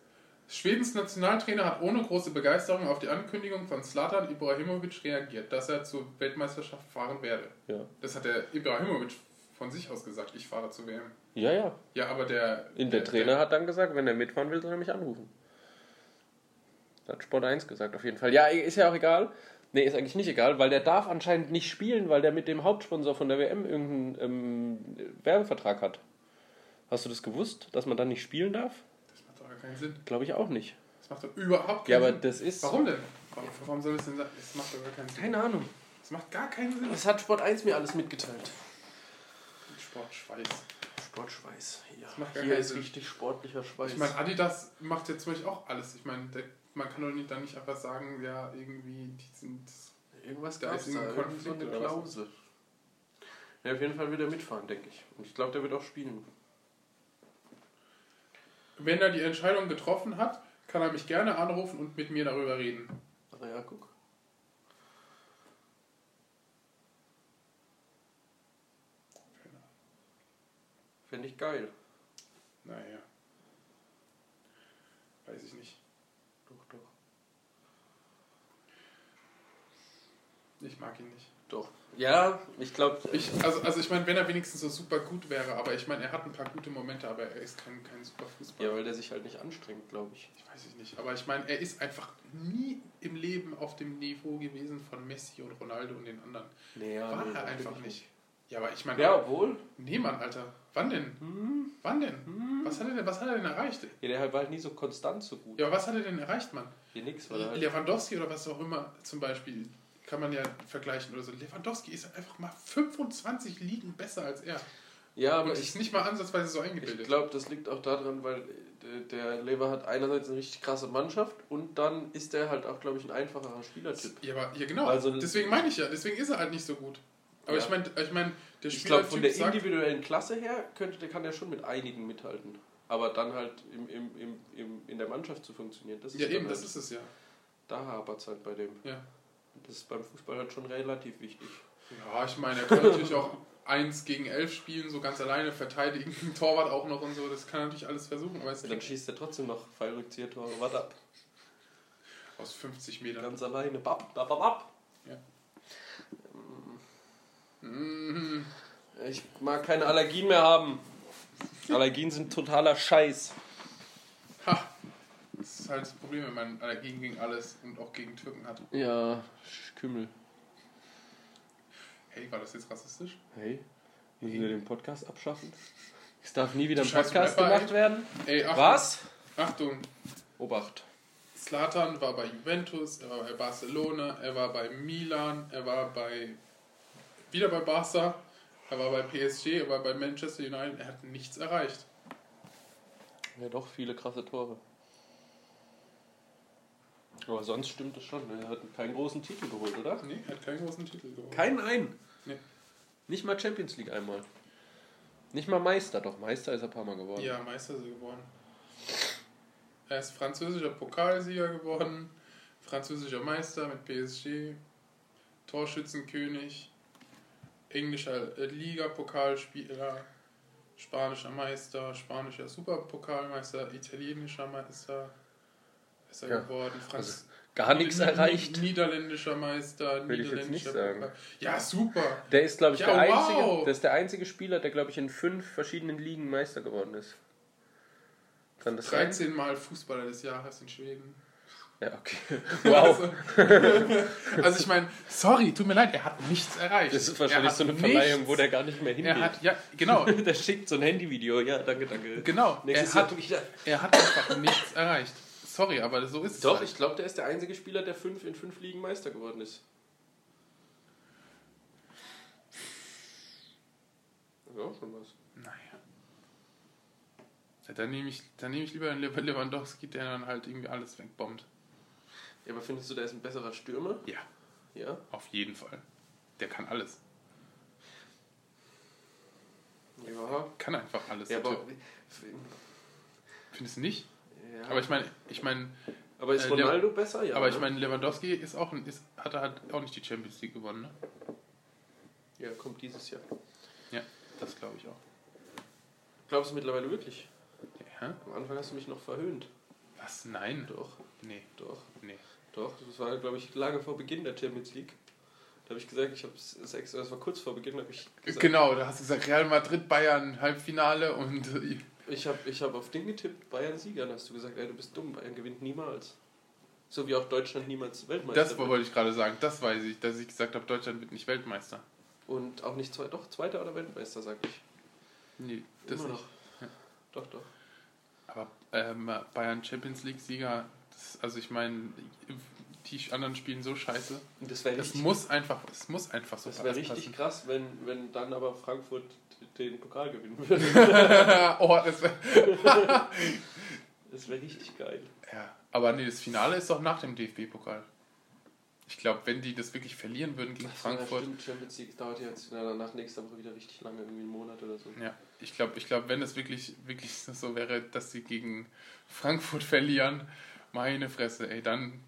Schwedens Nationaltrainer hat ohne große Begeisterung auf die Ankündigung von Slatan Ibrahimovic reagiert, dass er zur Weltmeisterschaft fahren werde.
Ja.
Das hat der Ibrahimovic von sich aus gesagt, ich fahre zur WM.
Ja, ja.
Ja, aber der.
In der Trainer hat dann gesagt, wenn er mitfahren will, soll er mich anrufen. Hat Sport 1 gesagt, auf jeden Fall. Ja, ist ja auch egal. Nee, ist eigentlich nicht egal, weil der darf anscheinend nicht spielen, weil der mit dem Hauptsponsor von der WM irgendeinen ähm, Werbevertrag hat. Hast du das gewusst, dass man dann nicht spielen darf?
Das macht doch gar keinen Sinn.
Glaube ich auch nicht.
Das macht doch überhaupt keinen
Ja, aber
Sinn.
das ist.
Warum denn? Warum, warum soll das denn sein? Das macht doch gar keinen Sinn.
Keine Ahnung.
Das macht gar keinen Sinn.
Das hat Sport 1 mir alles mitgeteilt.
Sportschweiß.
Sportschweiß. Hier,
macht gar
hier
keinen
ist
Sinn.
richtig sportlicher Schweiß.
Ich meine, Adidas macht jetzt wirklich auch alles. Ich meine, der, man kann doch nicht, dann nicht einfach sagen, ja, irgendwie, die sind.
Irgendwas
Da
gab es
ist ein
da, irgend so
Konflikt
eine
oder was?
Klause. Ja, auf jeden Fall wird er mitfahren, denke ich. Und ich glaube, der wird auch spielen.
Wenn er die Entscheidung getroffen hat, kann er mich gerne anrufen und mit mir darüber reden.
Aber ja, guck. Finde ich geil.
Naja. Weiß ich nicht.
Doch, doch.
Ich mag ihn nicht.
Doch. Ja, ich glaube.
Ich, also, also ich meine, wenn er wenigstens so super gut wäre, aber ich meine, er hat ein paar gute Momente, aber er ist kein, kein super Fußballer.
Ja, weil der sich halt nicht anstrengt, glaube ich.
Ich weiß ich nicht. Aber ich meine, er ist einfach nie im Leben auf dem Niveau gewesen von Messi und Ronaldo und den anderen.
Nee, ja,
War
nee,
er
das
einfach
bin ich
nicht. Ja, aber ich meine,
Ja, Hm. obwohl.
nee, Mann, Alter. Wann denn? Wann denn? Was hat er denn? Was hat er denn erreicht?
Ja, der war halt nie so konstant so gut.
Ja, aber was hat er denn erreicht, Mann?
Wie nix, weil er halt.
Lewandowski oder was auch immer zum Beispiel kann man ja vergleichen oder so. Lewandowski ist einfach mal 25 Ligen besser als er.
Ja,
Aber
aber
und
ich
ist nicht mal ansatzweise so eingebildet.
Ich glaube, das liegt auch daran, weil äh, der Lever hat einerseits eine richtig krasse Mannschaft und dann ist er halt auch, glaube ich, ein einfacherer Spielertyp.
Ja, aber ja, genau.
Also-
deswegen meine ich ja, deswegen ist er halt nicht so gut. Aber
Ja.
ich meine, ich mein, der
Ich glaube, von
Spielertyp
der
sagt,
individuellen Klasse her könnte, der kann ja schon mit einigen mithalten. Aber dann halt im, im, im, im, in der Mannschaft zu funktionieren, das ist
ja
dann
eben,
halt,
das ist es ja.
da hapert es halt bei dem.
Ja,
Das ist beim Fußball halt schon relativ wichtig.
ja ich meine, er kann natürlich auch 1 gegen 11 spielen, so ganz alleine verteidigen, Torwart auch noch und so, das kann er natürlich alles versuchen, aber es
Dann
kriegt
schießt er trotzdem noch Fallrückzieher-Tore, warte ab.
aus 50 Metern.
Ganz alleine, bap, bap, bap, bap.
Mhm.
Ich mag keine Allergien mehr haben. Allergien sind totaler Scheiß.
Ha. Das ist halt das Problem, wenn man Allergien gegen alles und auch gegen Türken hat.
Ja, Kümmel.
Hey, war das jetzt rassistisch?
Hey, müssen wir den Podcast abschaffen? Es darf nie wieder ein
Du scheiß
Podcast
Rapper,
gemacht
ey.
werden.
Ey, Achtung,
Was?
Achtung,
Obacht.
Slatan war bei Juventus, er war bei Barcelona, er war bei Milan, er war bei wieder bei Barca, er war bei PSG, er war bei Manchester United, er hat nichts erreicht.
Ja, doch, viele krasse Tore. Aber sonst stimmt es schon. Er hat keinen großen Titel geholt, oder?
Nee, er hat keinen großen Titel geholt.
Keinen einen.
Nee.
Nicht mal Champions League einmal. Nicht mal Meister. Doch, Meister ist er ein paar Mal geworden.
Ja, Meister ist er geworden. Er ist französischer Pokalsieger geworden, französischer Meister mit PSG, Torschützenkönig, englischer äh, Liga-Pokalspieler, spanischer Meister, spanischer Superpokalmeister, italienischer Meister ist er
Ja,
geworden, Franz
Gar nichts
Nieder-
erreicht.
Niederländischer Meister,
Will ich jetzt nicht
niederländischer
sagen.
Pokal. Ja, super.
Der ist, glaube ich,
Ja,
der,
wow.
einzige, der ist der einzige Spieler, der, glaube ich, in fünf verschiedenen Ligen Meister geworden ist. Kann das sein?
13 Mal Fußballer des Jahres in Schweden.
Ja, okay. Wow.
Also, also ich meine, sorry, tut mir leid, er hat nichts erreicht.
Das ist wahrscheinlich
Er hat
so eine Verleihung,
nichts.
wo der gar nicht mehr hingeht.
er hat, ja, genau,
der schickt so ein Handyvideo. Ja, danke, danke.
genau. Er
Jahr
hat,
wieder.
er hat einfach nichts erreicht. Sorry, aber so ist es.
Doch,
halt.
ich glaube, der ist der einzige Spieler, der fünf in fünf Ligen Meister geworden ist. Das ist auch schon was.
Naja. Ja, dann nehme ich, dann nehm ich lieber den Lew- Lewandowski, der dann halt irgendwie alles wegbombt.
Ja, aber findest du, der ist ein besserer Stürmer?
Ja,
Ja.
auf jeden Fall. Der kann alles.
Ja.
Kann einfach alles.
Ja,
der
aber,
Typ. Findest du nicht?
ja.
Aber ich meine, ich meine,
aber ist
äh,
Ronaldo besser? Ja.
aber ich
ne?
meine, Lewandowski ist auch, ein- ist, hat er halt auch nicht die Champions League gewonnen, ne?
Ja, kommt dieses Jahr.
Ja, das glaube ich auch.
Glaubst du mittlerweile wirklich?
Ja?
Am Anfang hast du mich noch verhöhnt.
Was? Nein?
Doch,
Nee,
doch.
nee.
Doch, das war, glaube ich, lange vor Beginn der Champions League. Da habe ich gesagt, ich habe sechs, das war kurz vor Beginn, habe ich gesagt,
Genau, da hast du gesagt, Real Madrid, Bayern, Halbfinale und äh,
ich habe ich hab auf den getippt, Bayern Siegern, hast du gesagt, ey, du bist dumm, Bayern gewinnt niemals. So wie auch Deutschland niemals Weltmeister
Das
wird.
wollte ich gerade sagen, das weiß ich, dass ich gesagt habe, Deutschland wird nicht Weltmeister.
Und auch nicht zwei, doch Zweiter oder Weltmeister, sag ich.
Nee, das
Immer
nicht.
noch. Doch, doch.
Aber ähm, Bayern Champions League-Sieger, das- also ich meine, die anderen spielen so scheiße.
Und das wäre
Es
richtig,
muss einfach, es muss einfach so
das wär
passen.
richtig krass, wenn, wenn dann aber Frankfurt den Pokal gewinnen würde.
oh, das wär,
Das wäre richtig geil.
ja. Aber nee, das Finale ist doch nach dem DFB-Pokal. Ich glaube, wenn die das wirklich verlieren würden gegen
Ach so, ja,
Frankfurt,
Stimmt, Champions League dauert ja jetzt na, nach nächster Woche wieder richtig lange, irgendwie einen Monat oder so.
Ja, ich glaube, ich glaub, wenn es wirklich, wirklich so wäre, dass sie gegen Frankfurt verlieren, meine Fresse, ey, dann,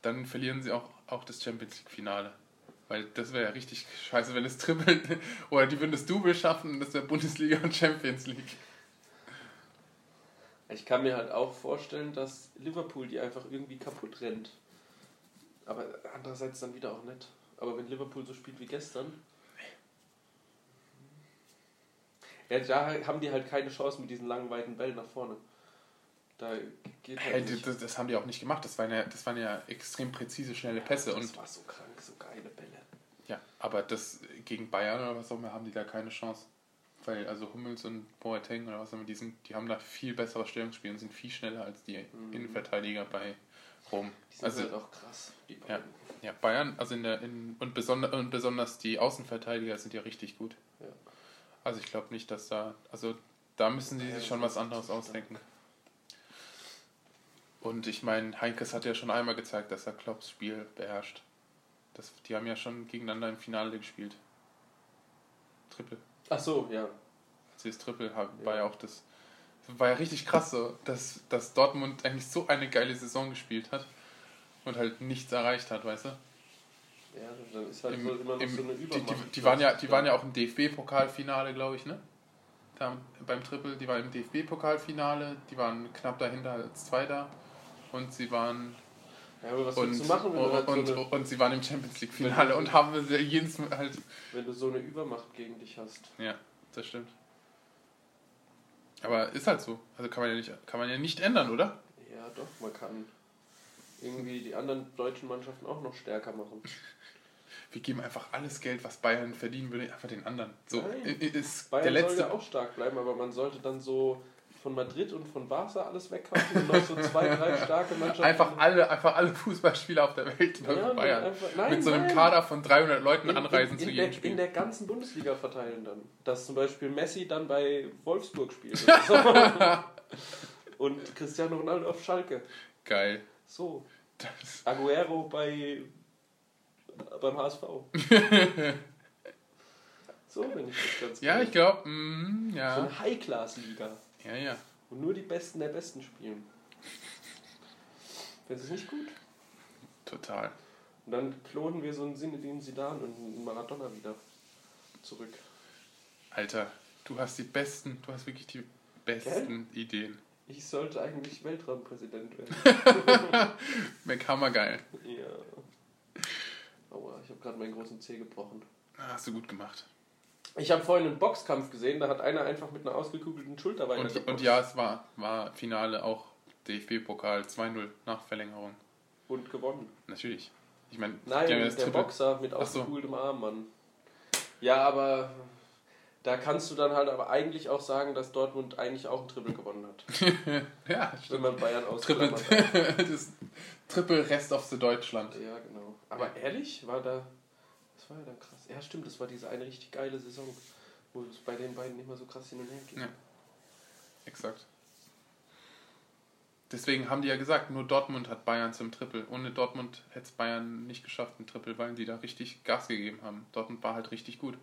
dann verlieren sie auch, auch das Champions League-Finale. Weil das wäre ja richtig scheiße, wenn es trippelt. Oder die würden das Double schaffen und das wäre Bundesliga und Champions League.
Ich kann mir halt auch vorstellen, dass Liverpool die einfach irgendwie kaputt rennt. Aber andererseits dann wieder auch nicht. Aber wenn Liverpool so spielt wie gestern. Ja, da haben die halt keine Chance mit diesen langen, weiten Bällen nach vorne. Da geht halt
Hey, die-
nicht.
das, das haben die auch nicht gemacht. Das waren ja, das waren ja extrem präzise, schnelle Pässe. Und
Das war so krank, so geile Bälle.
ja, aber das gegen Bayern oder was auch immer haben die da keine Chance. Weil also Hummels und Boateng oder was auch immer, die, sind, die haben da viel besseres Stellungsspiel und sind viel schneller als die
Mhm.
Innenverteidiger bei Rom.
Die sind
Also
halt auch krass. Die
ja.
beiden.
ja, Bayern, also in der in, und, besonder, und besonders die Außenverteidiger sind ja richtig gut.
Ja.
Also ich glaube nicht, dass da, also da müssen sie
Ja,
sich
das
schon
ist
was
nicht
anderes
so stark.
ausdenken. Und ich meine, Heinkes hat ja schon einmal gezeigt, dass er Klopps Spiel beherrscht. Das, die haben ja schon gegeneinander im Finale gespielt. Triple.
Ach so, ja.
Sie ist Triple, hab- war ja auch das. War ja richtig krass so, dass, dass Dortmund eigentlich so eine geile Saison gespielt hat und halt nichts erreicht hat, weißt du?
Ja, dann ist halt
Im-
so immer noch
im-
so eine
die, die,
Übermacht.
die, waren ja, die waren ja auch im DFB-Pokalfinale, glaube ich, ne? Da, beim Triple, die waren im DFB-Pokalfinale, die waren knapp dahinter als Zweiter und sie waren
Ja, aber was
und,
willst du machen, wenn, du halt
und, und,
so eine,
und sie waren im Champions League-Finale und haben sie jedes Mal halt.
wenn du so eine Übermacht gegen dich hast?
Ja, das stimmt. Aber ist halt so. Also kann man ja nicht, kann man ja nicht ändern, oder?
Ja, doch, man kann irgendwie die anderen deutschen Mannschaften auch noch stärker machen.
Wir geben einfach alles Geld, was Bayern verdienen würde, einfach den anderen. So
Nein.
i- i- ist
Bayern soll
der letzte.
ja auch stark bleiben, aber man sollte dann so von Madrid und von Barca alles wegkaufen und noch so zwei, drei starke Mannschaften.
Einfach alle, einfach alle Fußballspieler auf der Welt
Ja,
nach
und
Bayern.
einfach- nein,
Mit so einem
nein.
Kader von 300 Leuten
In-
anreisen
in, in
zu jedem
der, In
Spiel.
der ganzen Bundesliga verteilen dann. Dass zum Beispiel Messi dann bei Wolfsburg spielt. oder so. und Cristiano Ronaldo auf Schalke.
Geil.
So.
Das,
Aguero bei beim HSV. so bin ich das ganz
ja,
cool.
ich glaube, mm,
So
ja.
eine High-Class-Liga,
Ja, ja.
wo nur die Besten der Besten spielen. Das ist nicht gut.
Total.
Und dann klonen wir so einen Sinedin Sidan und einen Maradona wieder zurück.
Alter, du hast die besten, du hast wirklich die besten Ideen.
Ich sollte eigentlich Weltraumpräsident werden.
Meckhammer geil.
ja. Aua, ich habe gerade meinen großen Zeh gebrochen.
Ah, Hast du gut gemacht.
Ich habe vorhin einen Boxkampf gesehen, da hat einer einfach mit einer ausgekugelten Schulter
Und,
weitergeboxt.
und ja, es war, war Finale auch DFB-Pokal 2-0 nach Verlängerung.
und gewonnen.
Natürlich. Ich meine, die
Nein,
haben ja
der
das Triple.
Boxer mit
Ach so.
ausgekugeltem Arm, Mann. Ja, aber da kannst du dann halt aber eigentlich auch sagen, dass Dortmund eigentlich auch ein Triple gewonnen hat.
Ja,
Wenn
stimmt.
man Bayern
Triple,
ausklammert.
das Triple Rest of the Deutschland.
Ja, genau. Aber ehrlich, war da. Das war ja dann krass. Ja, stimmt, das war diese eine richtig geile Saison, wo es bei den beiden immer so krass hin und her ging.
Ja. Exakt. Deswegen haben die ja gesagt, nur Dortmund hat Bayern zum Triple. Ohne Dortmund hätte es Bayern nicht geschafft, ein Triple, weil die da richtig Gas gegeben haben. Dortmund war halt richtig gut.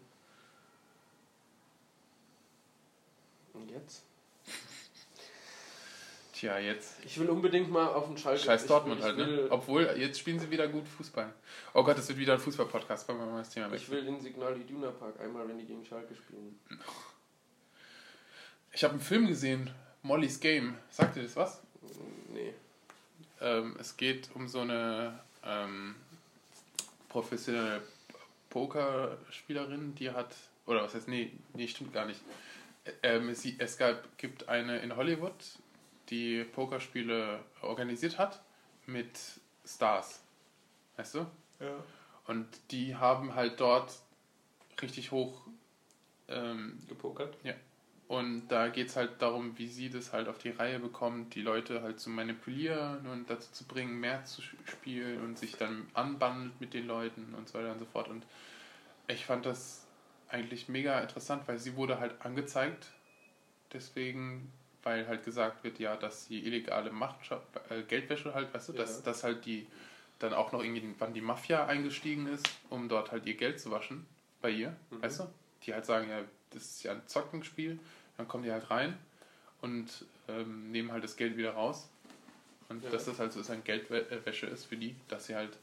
Und jetzt?
Tja, jetzt.
Ich will unbedingt mal auf den Schalke.
Scheiß
Also ich,
Dortmund
ich
halt,
will,
ne? Obwohl, jetzt spielen sie wieder gut Fußball. Oh Gott, das wird wieder ein Fußball-Podcast. Wollen wir mal das Thema
Ich
wechseln?
will in Signal Iduna Park einmal, wenn die gegen Schalke spielen.
Ich habe einen Film gesehen, Molly's Game. Sagt ihr das was?
Nee.
Ähm, es geht um so eine ähm, professionelle Pokerspielerin, die hat, oder was heißt, nee, nee, stimmt gar nicht. Ä- Ähm, sie, es gab, gibt eine in Hollywood, die Pokerspiele organisiert hat mit Stars. Weißt du?
Ja.
Und die haben halt dort richtig hoch. Ähm,
Gepokert.
und da geht es halt darum, wie sie das halt auf die Reihe bekommen, die Leute halt zu manipulieren und dazu zu bringen, mehr zu sch- spielen und sich dann anbandelt mit den Leuten und so weiter und so fort. Und ich fand das eigentlich mega interessant, weil sie wurde halt angezeigt. Deswegen, weil halt gesagt wird, ja, dass die illegale Macht, äh, Geldwäsche halt, weißt du, dass,
Ja.
dass halt die dann auch noch irgendwie, wann die Mafia eingestiegen ist, um dort halt ihr Geld zu waschen bei ihr,
Mhm.
weißt du? Die halt sagen, ja, das ist ja ein Zockenspiel, dann kommen die halt rein und ähm, nehmen halt das Geld wieder raus. Und
Ja.
dass das halt so ist, ein Geldwäsche ist für die, dass sie halt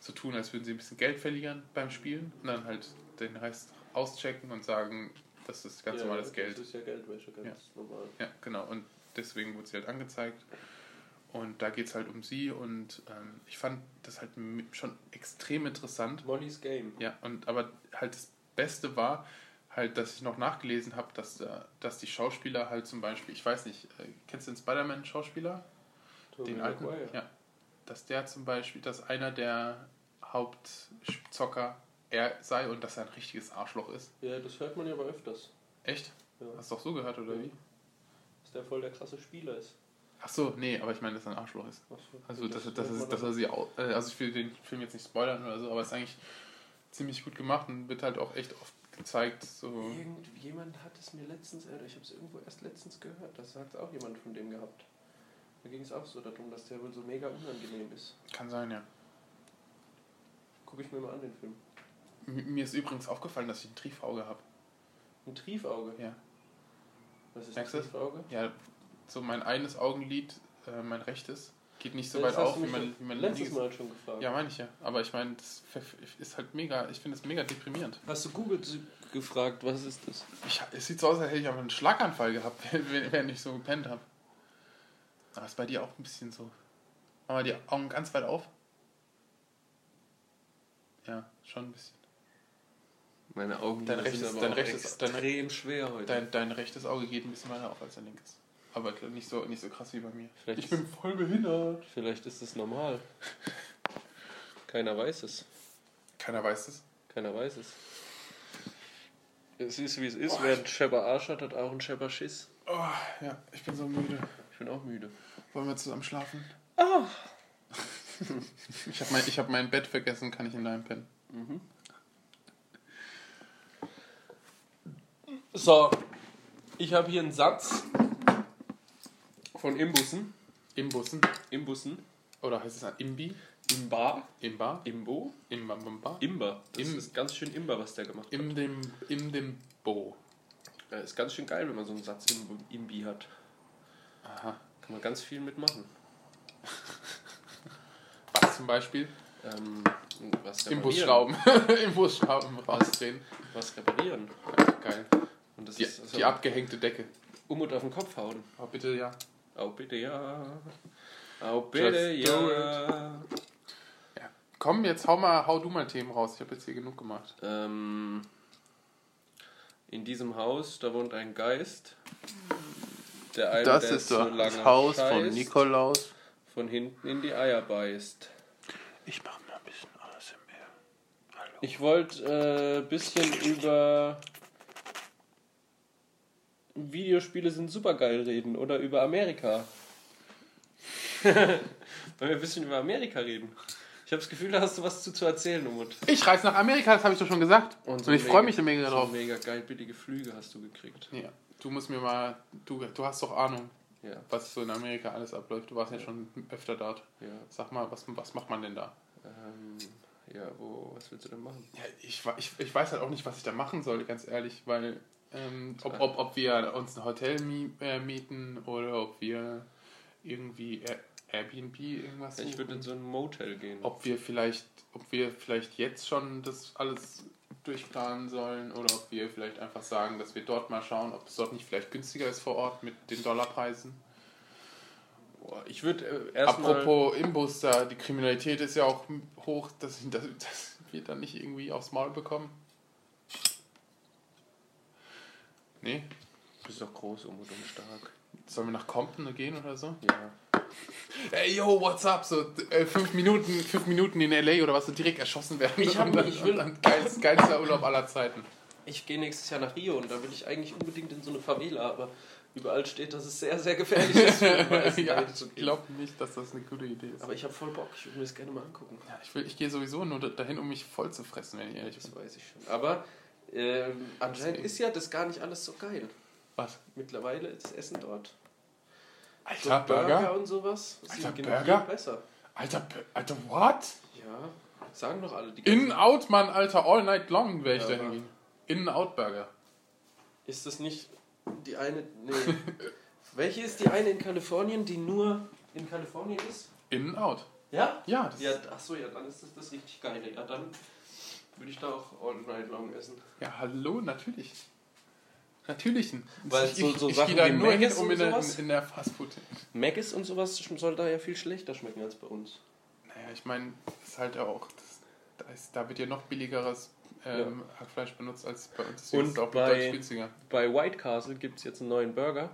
so tun, als würden sie ein bisschen Geld verlieren beim Spielen und dann halt den Rest auschecken und sagen, das ist ganz normales Geld.
Das ist ja Geldwäsche, ganz normal.
Ja, genau. Und deswegen wurde sie halt angezeigt. Und da geht es halt um sie. Und ähm, ich fand das halt m- schon extrem interessant.
Money's Game.
Ja, und aber halt das Beste war halt, dass ich noch nachgelesen habe, dass, da- dass die Schauspieler halt zum Beispiel, ich weiß nicht, äh, kennst du den Spider-Man-Schauspieler?
Tobey
Den alten?
Maguire.
Ja. Dass der zum Beispiel, dass einer der Hauptzocker er sei und dass er ein richtiges Arschloch ist.
Ja, das hört man ja aber öfters.
Echt?
Ja.
Hast du auch so gehört, oder
Ja.
wie?
Dass der voll der krasse Spieler ist.
Ach so, nee, aber ich meine, dass er ein Arschloch ist.
Ach so.
Also das, das,
hört
ist,
man
das
doch.
war sie auch, äh, also ich will den Film jetzt nicht spoilern oder so, aber es ist eigentlich ziemlich gut gemacht und wird halt auch echt oft gezeigt. So.
Irgendjemand hat es mir letztens, oder ich habe es irgendwo erst letztens gehört, das hat auch jemand von dem gehabt. Da ging es auch so darum, dass der wohl so mega unangenehm ist.
Kann sein, ja.
Gucke ich mir mal an den Film.
M mir ist übrigens aufgefallen, dass ich ein Triefauge habe.
Ein Triefauge.
Ja.
Was ist ein
Merkst du das?
Triefauge?
ja, so mein eines Augenlid, äh, mein rechtes, geht nicht so
Ja,
weit
das hast
auf,
du
wie
mich
mein, wie mein
Letztes
linkes.
Mal schon gefragt.
Ja, meine ich ja. Aber ich meine, das ver- ist halt mega, ich finde es mega deprimierend.
Hast du Google gefragt, was ist das?
Ich, es sieht so aus, als hätte ich aber einen Schlaganfall gehabt, wenn wenn ich so gepennt habe. Aber ist bei dir auch ein bisschen so. Mach mal die Augen ganz weit auf. Ja, schon ein bisschen.
Meine Augen
Dein
sind
rechtes-
aber
dein
auch
rechtes-
extrem schwer heute.
Dein, dein rechtes Auge geht ein bisschen weiter auf als dein linkes. Aber nicht so, nicht so krass wie bei mir.
Vielleicht
ich bin voll behindert.
Vielleicht ist es normal. Keiner weiß es.
Keiner weiß das.
Keiner weiß es. Es ist wie es ist. Wer einen Schepper Arsch hat, hat auch einen Schepper Schiss.
Oh, ja, ich bin so müde.
Ich bin auch müde.
Wollen wir zusammen schlafen? ich habe mein, ich hab mein Bett vergessen, kann ich in deinem pennen.
So, ich habe hier einen Satz von Imbussen.
Imbussen?
Imbussen.
Oder heißt es ein Imbi?
Imba.
Imba?
Imbo.
Imba, Bamba?
Imber. Das
Im-
ist ganz schön Imber, was der gemacht hat.
In dem, in dem Bo.
Ja, ist ganz schön geil, wenn man so einen Satz im Imbi hat.
Aha.
Kann man ganz viel mitmachen.
Was zum Beispiel?
Ähm, was reparieren.
Imbusschrauben. Imbusschrauben rausdrehen.
Was reparieren.
Ja, geil.
Und das
Die,
ist also
die abgehängte Decke.
um und auf den Kopf hauen.
Oh, bitte, ja.
Au bitte ja. Au bitte
Just do
ja.
ja. Komm, jetzt hau mal, hau du mal Themen raus. Ich habe jetzt hier genug gemacht.
Ähm, in diesem Haus, da wohnt ein Geist. Der eine, der lange scheißt,
Nikolaus.
Von hinten in die Eier beißt.
Ich mache mal ein bisschen ASMR.
Ich wollte ein äh, bisschen über Videospiele sind supergeil reden oder über Amerika. Wollen wir ein bisschen über Amerika reden? Ich habe das Gefühl, da hast du was zu, zu erzählen, Umut.
Ich reise nach Amerika, das habe ich doch schon gesagt. Und, ich freue mich da mega
so
drauf.
mega geil billige Flüge hast du gekriegt.
Ja, du musst mir mal, du, du hast doch Ahnung,
Ja,
was so in Amerika alles abläuft. Du warst ja schon öfter dort.
ja.
Sag mal, was, was macht man denn da?
Ähm, ja, wo, was willst du denn machen?
Ja, ich, wa- ich, ich weiß halt auch nicht, was ich da machen soll, ganz ehrlich, weil ähm, ob, ob, ob wir uns ein Hotel mi äh, mieten oder ob wir irgendwie Air Airbnb irgendwas
Ja, ich würde in so ein Motel gehen.
ob wir vielleicht ob wir vielleicht jetzt schon das alles durchplanen sollen oder ob wir vielleicht einfach sagen, dass wir dort mal schauen, ob es dort nicht vielleicht günstiger ist vor Ort mit den Dollarpreisen.
Boah, ich würde äh, erstmal.
Apropos Imbus, da die Kriminalität ist ja auch hoch, dass, dass, dass wir dann nicht irgendwie aufs Maul bekommen. Nee,
Du bist doch groß, Umut und stark.
sollen wir nach Compton gehen oder so?
Ja.
Ey, yo, what's up? So äh, fünf, Minuten, fünf Minuten in L.A. oder was, so direkt erschossen werden.
Ich hab-
Und dann-
ich will-
und dann geilst, geilster Urlaub aller Zeiten.
Ich gehe nächstes Jahr nach Rio und da will ich eigentlich unbedingt in so eine Favela, aber überall steht, dass es sehr, sehr gefährlich ist. Für die meisten,
ja,
dahin zu
ich
gehen.
glaube nicht, dass das eine gute Idee ist.
halt Aber ich habe voll Bock, ich würde mir das gerne mal angucken.
Ja, ich, will- ich gehe sowieso nur da- dahin, um mich voll zu fressen, wenn ich ehrlich bin.
Das weiß ich schon. Aber ähm, anscheinend
Deswegen.
ist ja das gar nicht alles so geil.
Was?
Mittlerweile ist das Essen dort. So
Alter, Burger?
und sowas. sind
Alter,
viel
Burger?
besser.
Alter, Bu- Alter, what?
Ja, sagen doch alle. Die
In-Out, Mann, Alter, all night long wäre ich
Ja, aber-
da hingehen. In-Out-Burger.
Ist das nicht die eine. Nee. Welche ist die eine in Kalifornien, die nur in Kalifornien ist?
In-Out.
Ja?
Ja, das
Ja,
ja.
achso, ja, dann ist das das richtig geile. Ja, dann würde ich da auch all night long essen.
ja, hallo, natürlich. Natürlich.
Weil
ich
so- so
ich, ich
Sachen
gehe da
wie
nur hin,
Maggis
um
und
in der,
sowas?
in der Fastfood.
Maggis und sowas soll da ja viel schlechter schmecken als bei uns.
Naja, ich meine, das ist halt auch. Das, da, ist, da wird ja noch billigeres ähm, Hackfleisch benutzt als bei uns. Deswegen
Und
ist es auch
bei-
deutlich günstiger.
Bei White Castle gibt es jetzt einen neuen Burger,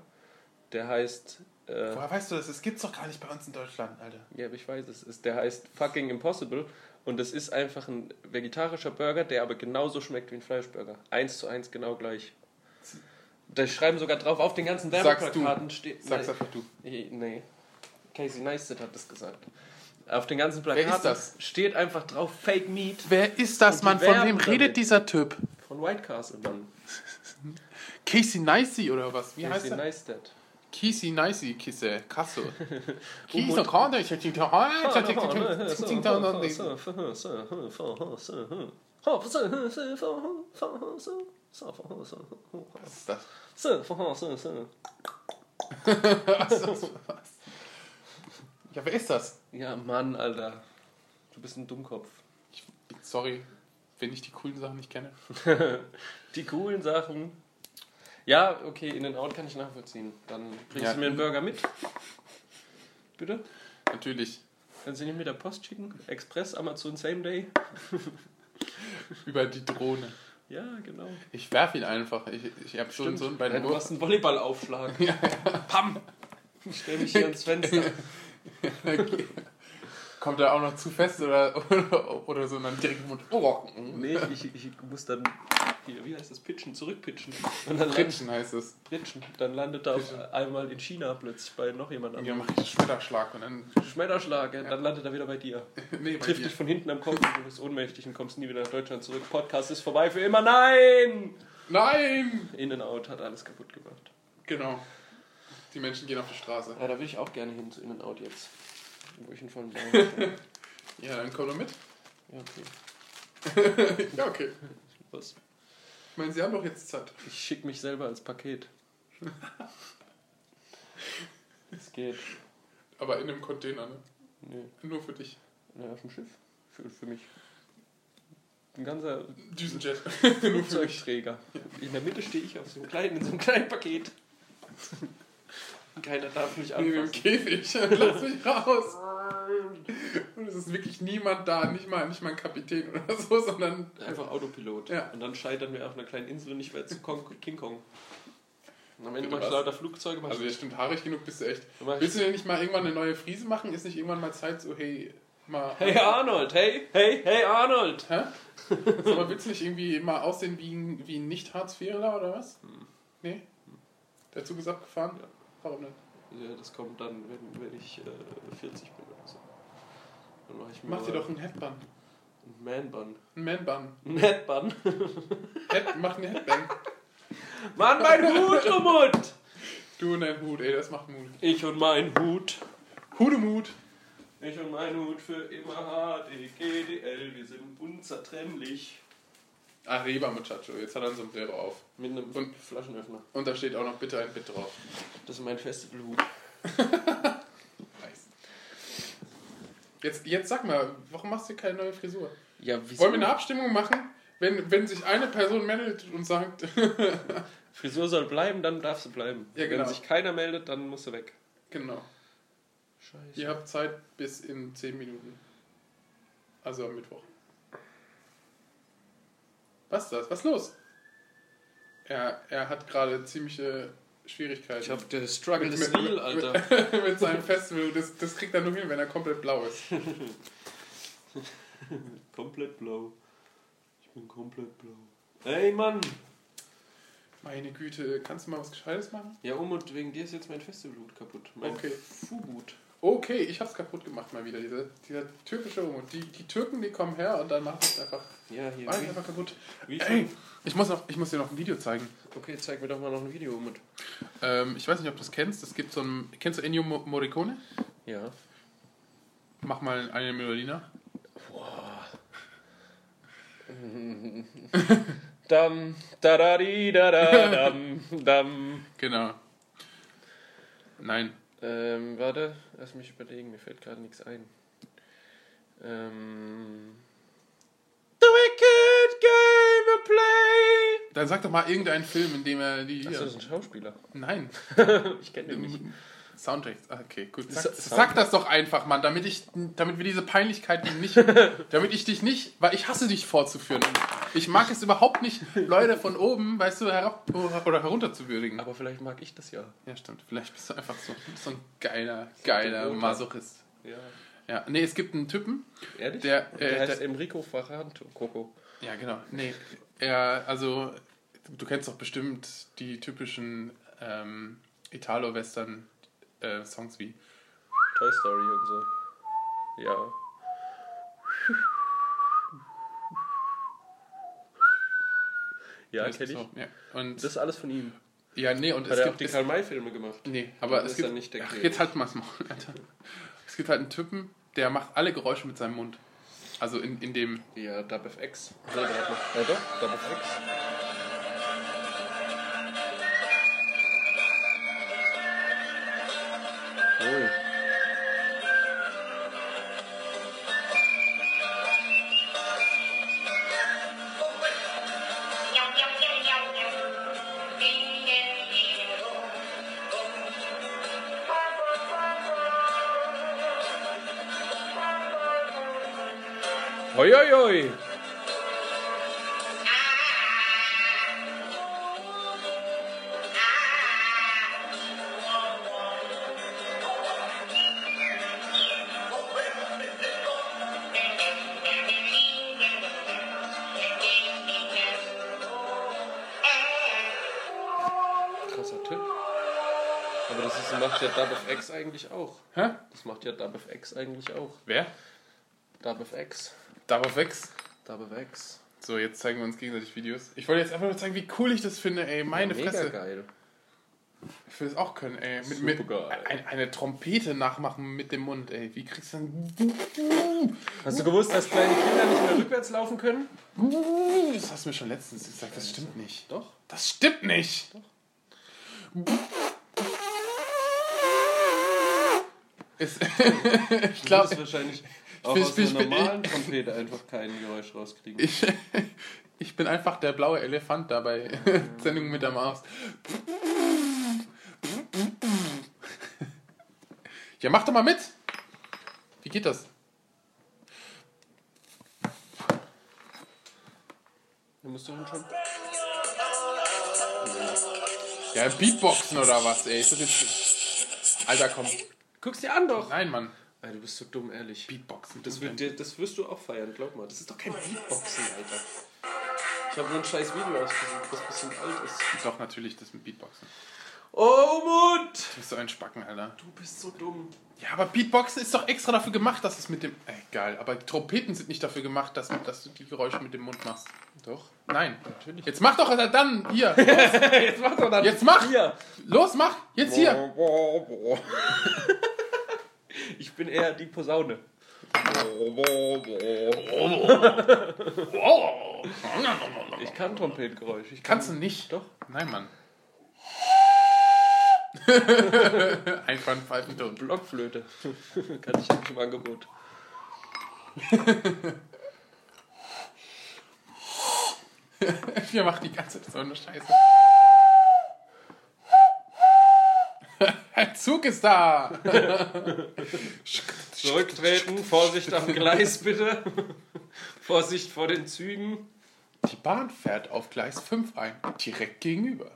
der heißt. Äh,
Woher weißt du das? Das gibt's doch gar nicht bei uns in Deutschland, Alter.
ja, aber ich weiß es. Ist, der heißt Fucking Impossible. Und das ist einfach ein vegetarischer Burger, der aber genauso schmeckt wie ein Fleischburger. Eins zu eins genau gleich. Da schreiben sogar drauf, auf den ganzen
Sagst
Werbeplakaten steht.
Sag's
nee,
einfach du.
eh, nee. Casey Neistat hat das gesagt. Auf den ganzen
ist
Plakaten
das?
steht einfach drauf Fake Meat
Wer ist
Und die Mann? Von werben wem redet damit.
dieser Typ?
von White Castle, Mann.
Casey Nicey oder was? Wie heißt
Casey
er?
Neistat.
Casey Nicey, Kisse, Kasse.
Umut.
Kieser Korte, ich hätte die Was ist das? Was ist das? für was? Ja, wer ist das?
Ja, Mann, Alter. Du bist ein Dummkopf.
Ich, sorry, wenn ich die coolen Sachen nicht kenne.
Die coolen Sachen. Ja, okay, in den Out kann ich nachvollziehen. Dann bringst
Ja.
du mir einen Burger mit. Bitte?
Natürlich.
Kannst du nicht mit der Post schicken? Express, Amazon, Same Day?
Über die Drohne.
Ja, genau.
Ich werf ihn einfach. Ich, ich hab schon so einen bei
Ja,
der
du hast einen Volleyballaufschlag. Ja. Pam! Ich stell mich hier ans Fenster.
Kommt er auch noch zu fest oder, oder, oder so und dann direkt im Mund. Oh,
Nee, ich, ich muss dann hier, wie heißt das, pitchen, zurückpitchen. Und dann landet,
Pritschen heißt es.
pritschen. Dann landet er auf einmal in China plötzlich bei noch jemand
Ja,
anderem.
mach ich Schmetterschlag und dann.
Schmetterschlag, ja, dann landet er wieder bei dir.
Nee, bei
Trifft
dir.
dich von hinten am Kopf und du bist ohnmächtig und kommst nie wieder nach Deutschland zurück. Podcast ist vorbei für immer. Nein!
Nein!
In and Out hat alles kaputt gemacht.
Genau. Die Menschen gehen auf die Straße.
Ja, da will ich auch gerne hin zu In and Out jetzt. Wo ich in vollen Bauern stehe.
Ja, dann komm doch mit.
Ja, okay.
ja, okay.
Was?
Ich meine, sie haben doch jetzt Zeit.
Ich schicke mich selber als Paket. Es geht.
Aber in einem Container, ne?
Nö.
Nur für dich.
Na, auf dem Schiff. Für, für mich. Ein ganzer
Düsenjet. Nur für mich.
Flugzeugträger. In der Mitte stehe ich auf so einem kleinen, in so einem kleinen Paket. Keiner darf mich
Neben dem
anfassen.
Käfig. Lass mich raus. Und es ist wirklich niemand da. Nicht mal, nicht mal ein Kapitän oder so, sondern.
Einfach Autopilot.
Ja.
Und dann scheitern wir auf einer kleinen Insel und ich werde zu Kong, King Kong. Und am Ende
Bitte
mache ich
was?
lauter Flugzeuge. Mach
Also, ja, stimmt, haarig genug bist du echt.
mach
Willst
ich,
du denn nicht mal irgendwann eine neue Frise machen? Ist nicht irgendwann mal Zeit, so, hey, mal.
hey Arnold, hey, hey, hey Arnold.
Hä? Sag mal, willst du nicht irgendwie mal aussehen wie ein, wie ein Nicht-Hartz-IVler oder was? Nee? Der Zug ist abgefahren?
Ja.
Warum denn?
Ja, das kommt dann, wenn, wenn ich äh, 40 bin oder so. Dann mache ich mir
Mach dir
mal
doch einen Headband.
einen Man-Bun.
Einen Man-Bun.
Einen Headbun.
Head, mach einen Headband.
Mann, mein Hut, um Hut!
Du und dein Hut, ey, das macht Mut.
Ich und mein Hut.
Hudemut.
Ich und mein Hut für immer HDGDL. Wir sind unzertrennlich.
Arriba, Muchacho. Jetzt hat er ein Sombrero auf.
Mit einem
Und-
Flaschenöffner.
Und da steht auch noch bitte ein Bit drauf.
Das ist mein Festivalhut.
Nice. Jetzt, jetzt sag mal, warum machst du keine neue Frisur?
Ja, wieso?
Wollen wir eine Abstimmung machen? Wenn, wenn sich eine Person meldet und sagt,
Frisur soll bleiben, dann darf sie bleiben.
Ja, genau.
Wenn sich keiner meldet, dann muss sie weg.
genau.
Scheiße.
Ihr habt Zeit bis in 10 Minuten. Also am Mittwoch. Was ist das? Was ist los? Er, er hat gerade ziemliche Schwierigkeiten.
Ich hab der Struggle
Mit-
des
mit-
Neil, Alter.
mit seinem Festival. Das, das kriegt er nur hin, wenn er komplett blau ist.
Komplett blau. Ich bin komplett blau. Ey, Mann!
Meine Güte, kannst du mal was Gescheites machen?
Ja, um und wegen dir ist jetzt mein Festivalhut kaputt. Mein
Okay.
Fuhut.
Okay, ich hab's kaputt gemacht mal wieder, dieser, dieser türkische Umut. Die, die Türken, die kommen her und dann machen es einfach,
Ja, hier.
alles einfach kaputt.
Wie, wie
Ey,
schon?
ich muss, noch, ich muss dir noch ein Video zeigen.
Okay, zeig mir doch mal noch ein Video mit.
Ähm, ich weiß nicht, ob du es kennst. Es gibt so ein. Kennst du Ennio Mo- Morricone?
Ja.
Mach mal eine Melodina.
Dam, da da di da da dam, dam.
Genau. Nein.
Ähm, warte, lass mich überlegen, mir fällt gerade nichts ein. Ähm. The Wicked Game of Play!
Dann sag doch mal irgendeinen Film, in dem er die.
Achso, das ist ein Schauspieler.
Nein.
Ich kenne den nicht.
Soundtracks. Ah, Okay, gut. Sag,
Sa-
sag das doch einfach, Mann, damit ich, damit wir diese Peinlichkeiten nicht, damit ich dich nicht, weil ich hasse dich vorzuführen. Ich mag es überhaupt nicht, Leute von oben, weißt du, herab oder herunter zu würdigen.
Aber vielleicht mag ich das ja.
Ja, stimmt. Vielleicht bist du einfach so, so ein geiler, geiler
Roter.
Masochist.
Ja.
Ja, nee, es gibt einen Typen,
Ehrlich?
Der, äh,
der heißt
der-
Enrico Faranto. Coco.
Ja, genau. Nee, ja, also du kennst doch bestimmt die typischen ähm, Italo-Western-Songs wie
Toy Story und so. Ja. Ja,
Weißt du,
kenne ich.
so, Ja. Und
Das ist alles von ihm.
ja, nee, und
Hat
es
er auch
gibt
die Karl-May-Filme gemacht.
nee, aber
Das
es
ist
gibt
dann nicht der
ach,
König.
jetzt halt mal das Maul, Alter. Es gibt halt einen Typen, der macht alle Geräusche mit seinem Mund. Also in, in dem
Ja, DubFX. Nee, der hat noch. Ja, doch, DubFX.
Wohl. Hoi, hoi, hoi. Krasser Tipp. Aber das ist, macht ja DubFX eigentlich auch.
Hä?
Das macht ja DubFX eigentlich auch.
Wer?
DubFX.
Darauf wächst.
DubFX.
So, jetzt zeigen wir uns gegenseitig Videos. Ich wollte jetzt einfach nur zeigen, wie cool ich das finde, ey. Meine
Mega
Fresse.
geil.
Ich will das auch können, ey. Mit, mit,
Supergeil.
ein, eine Trompete nachmachen mit dem Mund, ey. Wie kriegst du
Hast du gewusst, dass kleine Kinder nicht mehr rückwärts laufen können?
dann. Das hast du mir schon letztens gesagt, das stimmt nicht.
Doch.
Das stimmt nicht! Ist, ich
Du wirst
glaube,
wahrscheinlich auch
bin-
aus
bin-
der
bin-
normalen Trompete einfach kein Geräusch rauskriegen.
ich, ich bin einfach der blaue Elefant da bei Sendung mit der Maus. Ja, mach doch mal mit! Wie geht das?
Du musst doch schon.
Ja, Beatboxen oder was, ey. Ist das jetzt... Alter, komm.
Guck's dir an doch!
Nein, Mann.
Alter, du bist so dumm, ehrlich.
Beatboxen.
Das, wird dir, das wirst du auch feiern, glaub mal. Das ist doch kein Beatboxen, Alter. Ich habe nur ein scheiß Video ausgesucht, das ein bisschen alt ist.
Doch, natürlich, das mit Beatboxen.
Oh, Mut!
Du bist so ein Spacken, Alter.
Du bist so dumm.
Ja, aber Beatboxen ist doch extra dafür gemacht, dass es mit dem... äh, Egal, aber Trompeten sind nicht dafür gemacht, dass, dass du die Geräusche mit dem Mund machst.
Doch.
Nein. Natürlich. Jetzt mach doch Alter, dann hier.
Jetzt mach doch dann.
Jetzt mach!
Hier.
Los, mach! Jetzt hier!
Ich bin eher die Posaune. Ich kann Trompetengeräusch. Ich kann
Kannst du nicht.
Doch.
Nein, Mann. Einfach ein Pfeifenton.
Blockflöte. kann ich nicht im Angebot.
Wir machen die ganze Zeit so eine Scheiße. Ein Zug ist da!
Zurücktreten, Vorsicht am Gleis bitte. Vorsicht vor den Zügen.
Die Bahn fährt auf Gleis 5 ein, direkt gegenüber.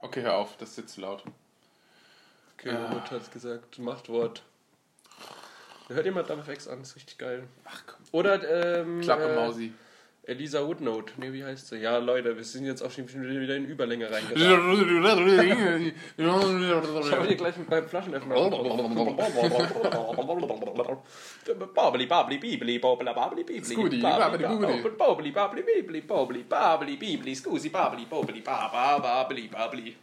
Okay, hör auf, das ist jetzt zu laut.
Okay, Robert hat gesagt, Machtwort. Hört ihr mal DubFX an, ist richtig geil.
Ach komm.
Oder ähm,
Klappe Mausi.
Äh, Elisa Woodnote, nee, wie heißt sie? Ja, Leute, wir sind jetzt auch schon wieder in Überlänge reingegangen. Ich habe hier
Ach
gleich mit meinem Flaschenöffner.
Bobli, bobli, bibli, bobla, bobli, bibli.
Scusi,
Bobli,
babli, bubli.
bobli, bobli, bobli, bibli, bobli, bobli, bibli, scusi, bobli, bobli, baba, bobli, bobli.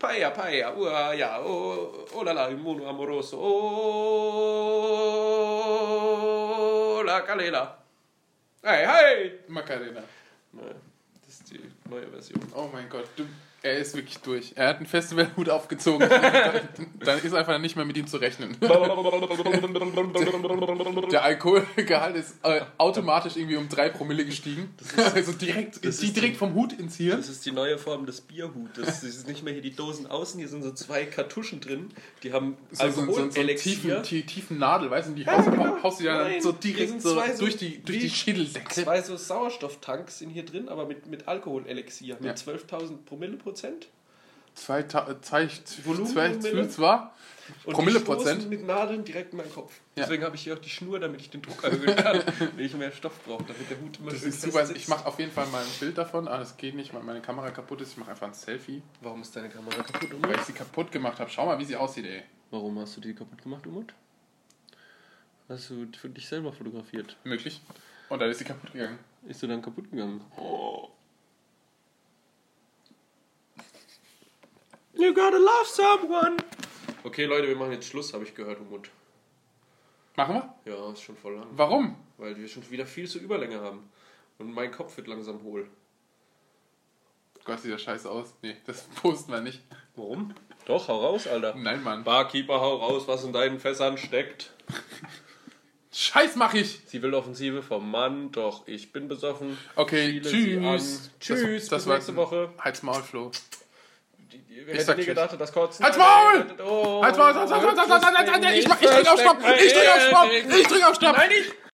Paia, paia, uaia, oh, oh la la, il mono amoroso, oh, la calela. Eh, Hey, hey!
Macarena.
Nein, Das ist die neue Version.
Oh mein Gott, du, er ist wirklich durch. Er hat einen Festivalhut aufgezogen. Dann ist einfach nicht mehr mit ihm zu rechnen. Der Alkoholgehalt ist äh, automatisch irgendwie um 3 Promille gestiegen. also direkt,
das
die
ist
direkt vom Hut ins Hirn.
Das ist die neue Form des Bierhutes. Es ist nicht mehr hier die Dosen außen, hier sind so zwei Kartuschen drin. Die haben
So, so, so, so einen tiefen,
Alkoholelixier.
tie- tiefen Nadel, weißt du, die haust,
genau.
haust du ja
Nein,
so
hier
direkt
sind
so
zwei so
durch die, durch
wie-
die Schädeldecke.
Zwei so Sauerstofftanks sind hier drin, aber mit, mit Alkoholelixier. Mit
Ja.
12.000 Promille Prozent.
Zwei, Ta- äh, zwei, zwei,
Volumen-
zwei,
Promille?
zwei,
Und
Promille
die stoßen
Prozent?
mit Nadeln direkt in meinen Kopf.
Ja.
Deswegen habe ich hier auch die Schnur, damit ich den Druck erhöhen kann, wenn ich mehr Stoff brauche, damit der Hut immer
Das
schön
ist super.
fest
Ich
sitzt.
mache auf jeden Fall mal ein Bild davon. Ah, das geht nicht, weil meine Kamera kaputt ist. Ich mache einfach ein Selfie,
Warum ist deine Kamera kaputt,
weil
Umut?
ich sie kaputt gemacht habe. Schau mal, wie sie aussieht, ey.
Warum hast du die kaputt gemacht, Umut? Hast du für dich selber fotografiert?
Möglich. Und dann ist sie kaputt gegangen.
Ist du dann kaputt gegangen?
Oh.
You gotta love someone! Okay, Leute, wir machen jetzt Schluss, habe ich gehört, Umut.
Machen wir?
Ja, ist schon voll lang.
Warum?
Weil wir schon wieder viel zu Überlänge haben. Und mein Kopf wird langsam hohl.
Gott, sieht das scheiße aus. Nee, das posten wir nicht.
Warum? Doch, hau raus, Alter.
Nein, Mann.
Barkeeper, hau raus, was in deinen Fässern steckt.
Scheiß mach ich!
Sie will Offensive vom Mann, doch ich bin besoffen.
Okay,
Schiele sie
tschüss.
an. Tschüss,
das, das
bis
war
nächste Woche.
Halt's Maul, Flo.
Wer
sag
hätte nie
tschüss.
gedacht, das Kotzen...
Halt's Maul!
Oh,
Halt's Maul, halt's Maul, halt's Maul, halt's Maul, halt's Maul, halt's Maul, halt's Maul. Ich mach- ich drück auf Stopp! Ich drück auf Stopp! Ich drück auf Stopp!
Nein, nicht!